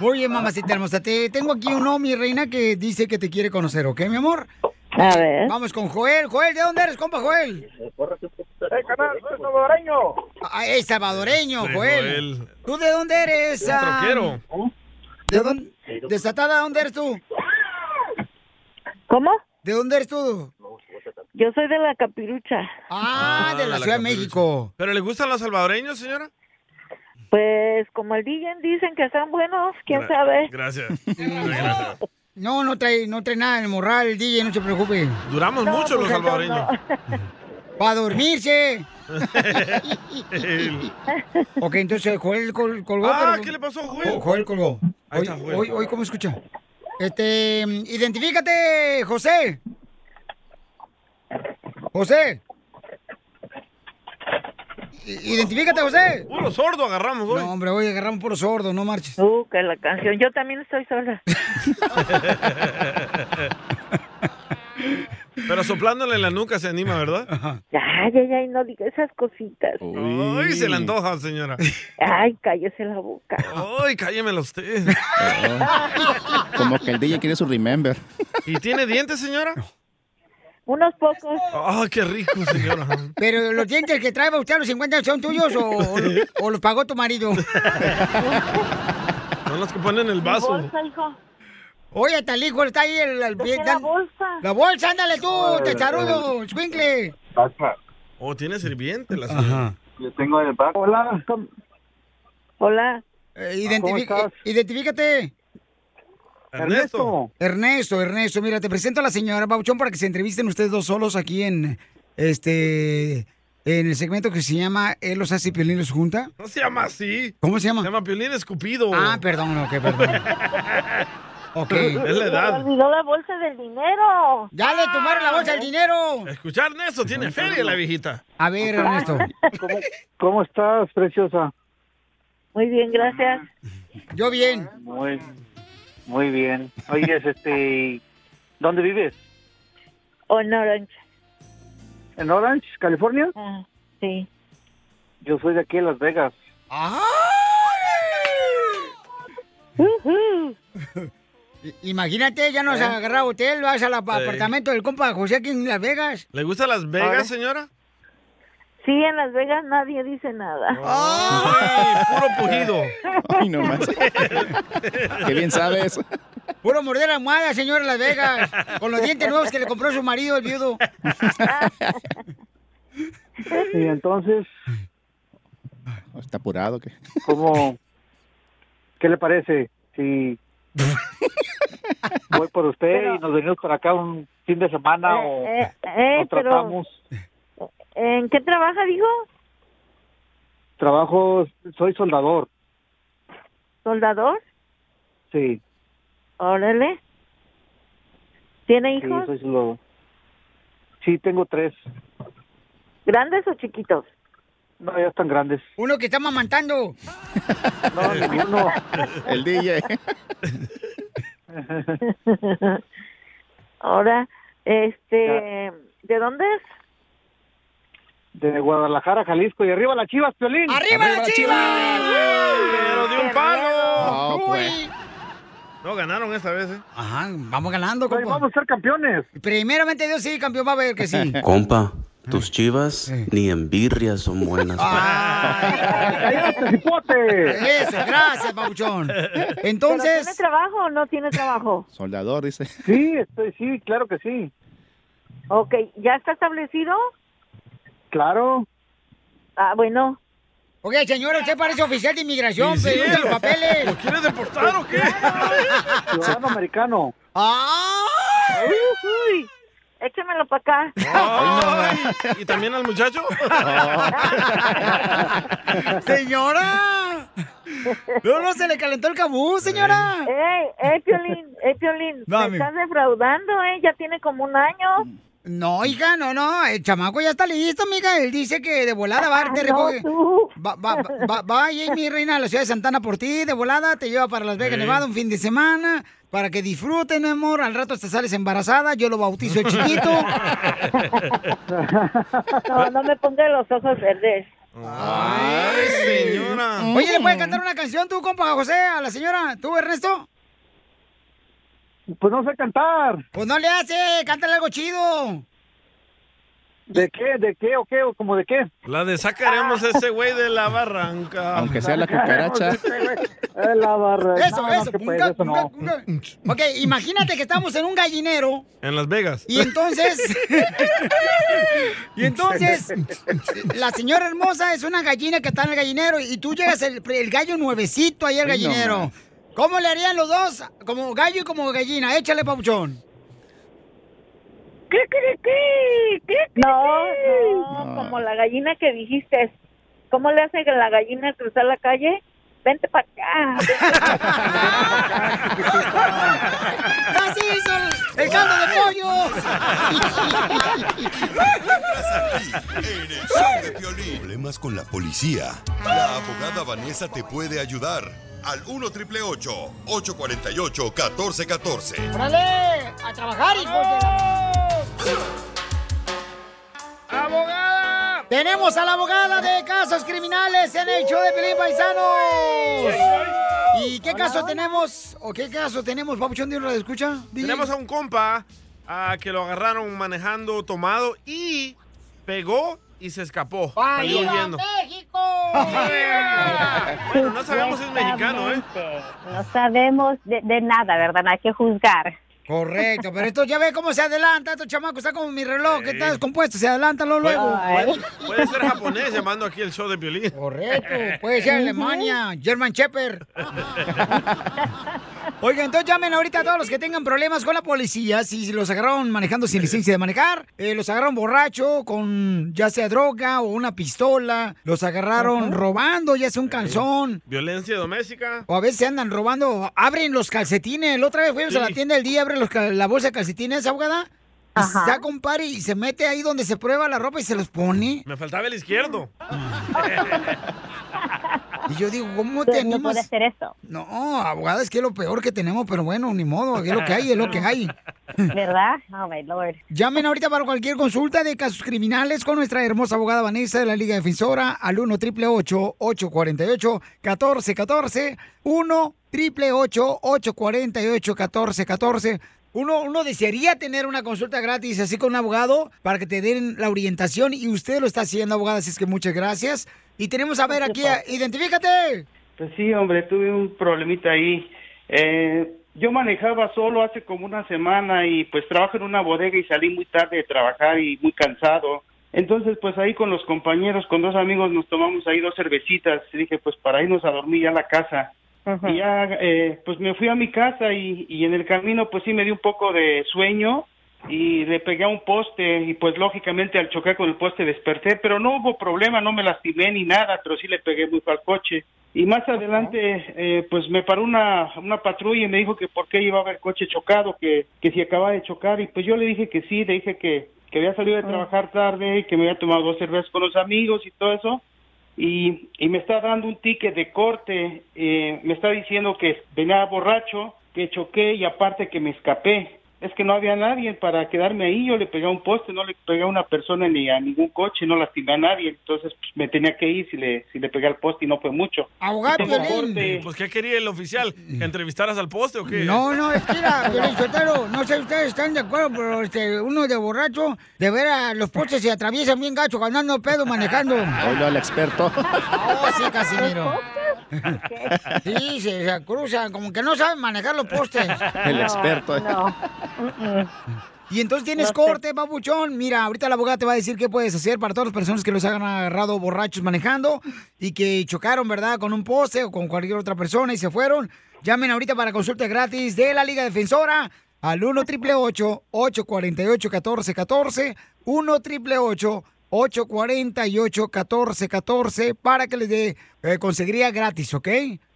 Oye, mamacita hermosa, te tengo aquí uno, mi reina, que dice que te quiere conocer, ¿ok, mi amor? A ver. Vamos con Joel. Joel, ¿de dónde eres, compa Joel? ¡Eh, canal! ¡Soy salvadoreño! Ah, es salvadoreño, Sí, Joel. ¿Tú de dónde eres? Un ah? troquero. ¿De dónde? ¿Desatada? ¿Dónde eres tú? ¿Cómo? ¿De dónde eres tú? Yo soy de la Capirucha. Ah, de la Ciudad de Capirucha. México. ¿Pero le gustan los salvadoreños, señora? Pues como el DJ dicen que están buenos, quién Gra- sabe. Gracias. Gracias. No, no trae, no trae nada en el morral, el DJ, no se preocupe. Duramos No, mucho los pues, entonces salvadoreños. Para dormirse. ok, entonces Joel col- colgó. Ah, pero- ¿qué le pasó, Joel? Jo- Joel colgó. Ahí Hoy, está, Joel. hoy- hoy, ¿cómo escucha? Este, identifícate, José. José. I- Identifícate, José. Puro sordo agarramos hoy. No, hombre, hoy agarramos puro sordo, no marches. Uh, que la canción. Yo también estoy sola. (laughs) Pero soplándole en la nuca se anima, ¿verdad? Ay, ay, ay, no diga esas cositas. Ay, se le antoja, señora. Ay, cállese la (laughs) boca. Ay, cállemela usted. Como que el DJ quiere su remember. ¿Y tiene dientes, señora? Unos pocos. Ah, qué rico, señora. Pero los dientes que trae usted a los 50 son tuyos o, o lo- o los pagó (laughs) tu marido. Son los que ponen el vaso. Oye, tal hijo está ahí el, el pie- dan- la bolsa. ándale tú, tacharudo, escuincle. Oh, tiene sirviente la señora. Yo tengo el banco. Hola. Hola. identifi- estás? eh, Identifícate. Ernesto. Ernesto, Ernesto, mira, te presento a la señora Bauchón para que se entrevisten ustedes dos solos aquí en este en el segmento que se llama Él los hace y Piolín los junta. No se llama así. ¿Cómo se llama? Se llama Piolín Escupido. Ah, perdón, ok, perdón. (laughs) Ok. Es la Se me edad. olvidó la bolsa del dinero. ¡Ya le tomaron la bolsa del dinero! Escuchar eso, tiene feria la viejita. A ver, Ernesto. ¿Cómo? ¿Cómo estás, preciosa? Muy bien, gracias. Yo bien. Muy, muy bien. Oye, este, ¿dónde vives? En Orange. Ah, ¿En Orange, California? Sí. Yo soy de aquí, de Las Vegas. Ah. I- (laughs) Imagínate, ya nos ¿Eh? agarra hotel, vas al ap- Sí. apartamento del compa José aquí en Las Vegas. ¿Le gusta Las Vegas, Ah, Ahora- señora? Sí, en Las Vegas nadie dice nada. ¡Ay! Puro pujido. Ay, no más. Qué bien sabes. Puro morder la almohada, señor, en Las Vegas. Con los dientes nuevos que le compró su marido, el viudo. Y entonces, Está apurado. ¿qué? ¿cómo, qué le parece (laughs) si voy por usted y nos venimos para acá un fin de semana o Eh, eh, nos pero- tratamos? ¿En qué trabaja, dijo? Trabajo, soy soldador, ¿Soldador? sí. Órale. ¿Tiene Sí, hijos? soy soldador. Sí, tengo tres. ¿Grandes o (laughs) chiquitos? (laughs) (laughs) No, ya están grandes. Uno que está mamantando. No, ninguno. El DJ. (laughs) Ahora, este, ¿de dónde es? De Guadalajara, Jalisco. Y arriba las chivas, Piolín. ¡Arriba las chivas! ¡Pero de un palo! No, pues. No, ganaron esta vez, ¿eh? Ajá, vamos ganando, compa. Vamos a ser campeones. Primeramente Dios sí, campeón, va a ver que sí. Eh. Compa, tus chivas ni en birria son buenas. Eso, gracias, Pabuchón. (laughs) ¿Pero Entonces, ¿Tiene trabajo o no tiene trabajo? Soldador, dice. Sí, estoy, sí, claro que sí. Ok, ¿ya está establecido? Claro. (laughs) Ah, bueno. oye, señora, usted parece oficial de inmigración, Sí, sí. pregunta los (laughs) papeles. ¿Lo quiere deportar o qué? Ciudadano americano. Ah, Uy, échamelo para acá. ¿Y también al muchacho? (laughs) ¡Señora! No, no, se le calentó el cabú, señora. ¡Ey, ey, Piolín! ¡Ey, Piolín! No, me amigo. estás defraudando, ¿eh? Ya tiene como un año. No, hija, no, no, el chamaco ya está listo, amiga. Él dice que de volada va, te Ah, no, recoge. Va, va, va, va, ahí, mi reina, a la ciudad de Santana por ti, de volada, te lleva para Las Vegas, Sí. Nevada, un fin de semana, para que disfruten, mi amor. Al rato te sales embarazada, yo lo bautizo el chiquito. (laughs) No, no me pongas los ojos verdes. Ah, ¡Ay, señora! Oye, ¿le puedes cantar una canción tú, compa José, a la señora? ¿Tú, Ernesto? Pues no sé cantar. Pues no le hace, cántale algo chido. ¿De qué? ¿De qué? ¿O qué? ¿O como de qué? La de sacaremos a ese güey de la barranca. Aunque sea la cucaracha. La barra. Eso, No, no, eso, ¿qué un puede? ga- Eso un no. ga- un ga- Ok, imagínate que estamos en un gallinero En Las Vegas. y entonces... y entonces, la señora hermosa es una gallina que está en el gallinero y tú llegas el, el gallo nuevecito ahí al Ay, no gallinero. más. ¿Cómo le harían los dos? Como gallo y como gallina. Échale, papuchón. No, no, como la gallina que dijiste. ¿Cómo le hace la gallina cruzar la calle? Vente para acá. ¡Así hizo el caldo de Problemas con la policía. La abogada Vanessa te puede ayudar. Al 1 triple 848 1414. ¡Órale! ¡A trabajar, hijo de ¡Abogada! Tenemos a la abogada de casos criminales en el show de Pelín Paisanos. ¿Y qué caso tenemos? ¿O qué caso tenemos, pues, Papuchón de una de escucha? DJ? Tenemos a un compa ah, que lo agarraron manejando tomado y pegó y se escapó. Salió huyendo. México! Bueno, no sabemos si es mexicano, ¿eh? No sabemos de, de nada, ¿verdad? No hay que juzgar. Correcto, pero esto ya ve cómo se adelanta, estos chamacos, está como mi reloj, que está descompuesto, se adelanta luego, luego. Puede ser japonés llamando aquí el show de violín. (laughs) Correcto, puede ser Alemania, German Shepherd. Oigan, entonces llamen ahorita a todos los que tengan problemas con la policía, si los agarraron manejando sin licencia de manejar, eh, los agarraron borracho con ya sea droga o una pistola, los agarraron robando ya sea un calzón, Violencia doméstica. o a veces se andan robando, abren los calcetines. La otra vez fuimos a la Sí. tienda del día, abren los cal- la bolsa de calcetines, abogada, y saca un par y se mete ahí donde se prueba la ropa y se (laughs) los pone. Me faltaba el izquierdo. Y yo digo, ¿cómo No Pues, te puede animas? este hacer eso. No, abogada, es que es lo peor que tenemos, pero bueno, ni modo, es lo que hay, es lo que hay. (laughs) ¿Verdad? Oh, my lord. Llamen ahorita para cualquier consulta de casos criminales con nuestra hermosa abogada Vanessa de la Liga Defensora al 1 888 848 1414 1 888 848 1414 uno, uno desearía tener una consulta gratis así con un abogado para que te den la orientación y usted lo está haciendo, abogada, así es que muchas gracias. Y tenemos a ver aquí, a- identifícate. Pues sí, hombre, tuve un problemita ahí. Eh, yo manejaba solo hace como una semana y pues trabajo en una bodega y salí muy tarde de trabajar y muy cansado. Entonces, pues ahí con los compañeros, con dos amigos, nos tomamos ahí dos cervecitas. Y dije, pues para irnos a dormir ya a la casa. Y ya, eh, pues me fui a mi casa y, y en el camino, pues sí me dio un poco de sueño y le pegué a un poste y pues lógicamente al chocar con el poste desperté, pero no hubo problema, no me lastimé ni nada, pero sí le pegué muy al coche. Y más adelante, eh, pues me paró una, una patrulla y me dijo que por qué llevaba el coche chocado, que, que si acababa de chocar. Y pues yo le dije que sí, le dije que, que había salido de trabajar tarde y que me había tomado dos cervezas con los amigos y todo eso y, y me está dando un ticket de corte, eh, me está diciendo que venía borracho, que choqué y aparte que me escapé. Es que no había nadie para quedarme ahí, yo le pegué a un poste, no le pegué a una persona ni a ningún coche, no lastimé a nadie, entonces pues, me tenía que ir si le, si le pegué al poste y no fue mucho. Abogado, Tengo Piolín. corte. Pues, ¿qué quería el oficial? ¿Que entrevistaras al poste o qué? No, no, es que mira, Piolín Sotelo, no sé si ustedes están de acuerdo, pero este, uno de borracho, de ver a los postes se atraviesan bien gacho, ganando pedo, manejando. Oílo al experto. (laughs) Oh, sí, Casimiro. Sí, se, se cruzan, como que no saben manejar los postes. El No, experto, eh. no. Mm, Y entonces tienes corte, papuchón. Mira, ahorita la abogada te va a decir qué puedes hacer para todas las personas que los hayan agarrado borrachos manejando y que chocaron, ¿verdad?, con un poste o con cualquier otra persona y se fueron. Llamen ahorita para consulta gratis de la Liga Defensora al 1 888 848 1414 1 888 848-1414 para que les dé eh, consejería gratis, ¿ok?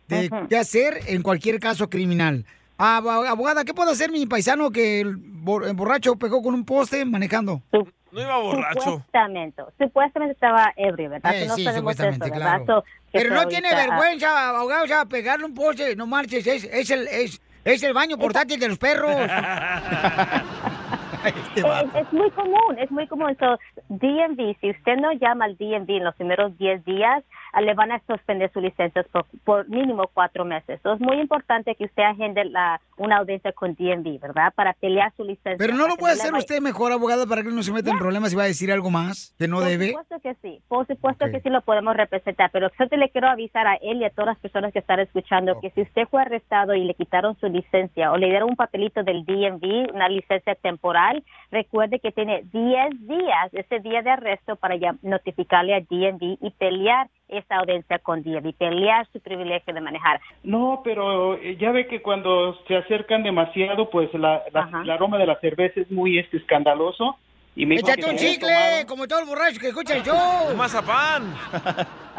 De Ajá. qué hacer en cualquier caso criminal. Abo- Abogada, ¿qué puede hacer mi paisano que el bor- el borracho pegó con un poste manejando? Eh, No iba borracho. Supuestamente, supuestamente estaba ebrio, ¿verdad? Eh, Que no sí, sabemos eso, supuestamente, ¿verdad? claro. So, que Pero no ahorita- ah, tiene vergüenza, abogado, o sea, pegarle un poste, no marches, es, es el, es, es el baño portátil de los (laughs) perros. (laughs) este Es, es muy común, es muy común. So, DMV, si usted no llama al DMV en los primeros 10 días, ah, le van a suspender su licencia por, por mínimo cuatro meses. So, es muy importante que usted agende la, una audiencia con DMV, ¿verdad? Para pelear su licencia. Pero no para lo que puede le hacer vaya- usted mejor, abogado, para que no se meta en problemas y va a decir algo más que no por debe. supuesto que sí, por supuesto que sí lo podemos representar, pero yo te le quiero avisar a él y a todas las personas que están escuchando que si usted fue arrestado y le quitaron su licencia o le dieron un papelito del DMV, una licencia temporal, recuerde que tiene 10 días, ese día de arresto para ya notificarle a DMV y pelear esa audiencia con DMV, pelear su privilegio de manejar. No, pero eh, ya ve que cuando se acercan demasiado, pues la, la- el aroma de la cerveza es muy este, escandaloso. Y me dijo Échate que Pues un me había chicle, tomado- como todo el borracho que escucha el show. Un mazapán.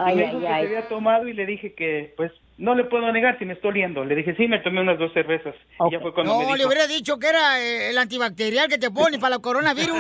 y me dijo que se había tomado y le dije que, pues, no le puedo negar si me estoy oliendo. Le dije, sí, me tomé unas dos cervezas. Y ya fue cuando me No, dijo, le hubiera dicho que era eh, el antibacterial que te pone para (laughs) el coronavirus.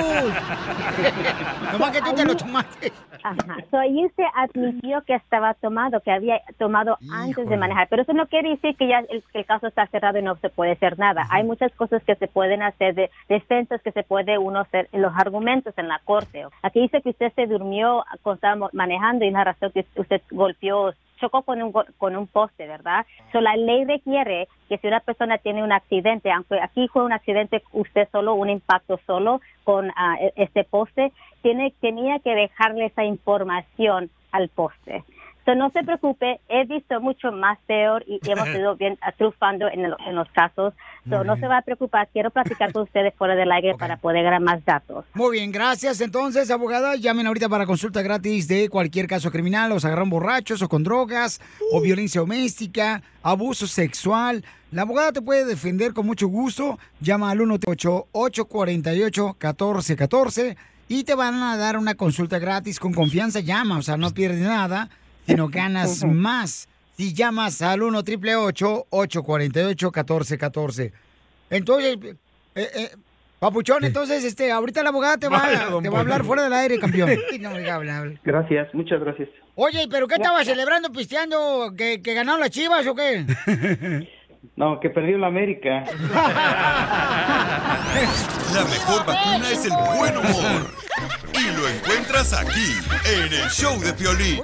Nomás que tú te lo tomaste. Ajá. So, ahí usted admitió que estaba tomado, que había tomado antes de manejar, pero eso no quiere decir que ya el, que el caso está cerrado y no se puede hacer nada. Hay muchas cosas que se pueden hacer, de, defensas que se puede uno hacer, los argumentos en la corte. Aquí dice que usted se durmió cuando estaba mo- manejando y la razón que usted golpeó chocó con un, go- con un poste, ¿verdad? So, la ley requiere que si una persona tiene un accidente, aunque aquí fue un accidente usted solo, un impacto solo con ah, e- este poste, tiene, tenía que dejarle esa información al poste. So, no se preocupe, he visto mucho más peor y hemos ido bien ah, triunfando en, el- en los casos. So, Muy no se va a preocupar, quiero platicar con ustedes fuera del aire para poder dar más datos. Muy bien, gracias. Entonces, abogada, llamen ahorita para consulta gratis de cualquier caso criminal. Los agarran borrachos o con drogas, o violencia doméstica, abuso sexual. La abogada te puede defender con mucho gusto. Llama al 1-888-48-1414 y te van a dar una consulta gratis con confianza. Llama, o sea, no pierdes nada, sino ganas Ujú. más. Si llamas al 1 888 848 1414 Entonces, eh, eh, Papuchón, entonces, este, ahorita la abogada te va, Vaya, don te va a hablar Poncho. fuera del aire, campeón. Y no, oiga, habla, habla. Gracias, muchas gracias. Oye, ¿pero qué estaba celebrando, pisteando? ¿Que, que ganaron las chivas o (laughs) qué? No, que perdió la América. La mejor vacuna es el buen humor. Y lo encuentras aquí, en el show de Piolín.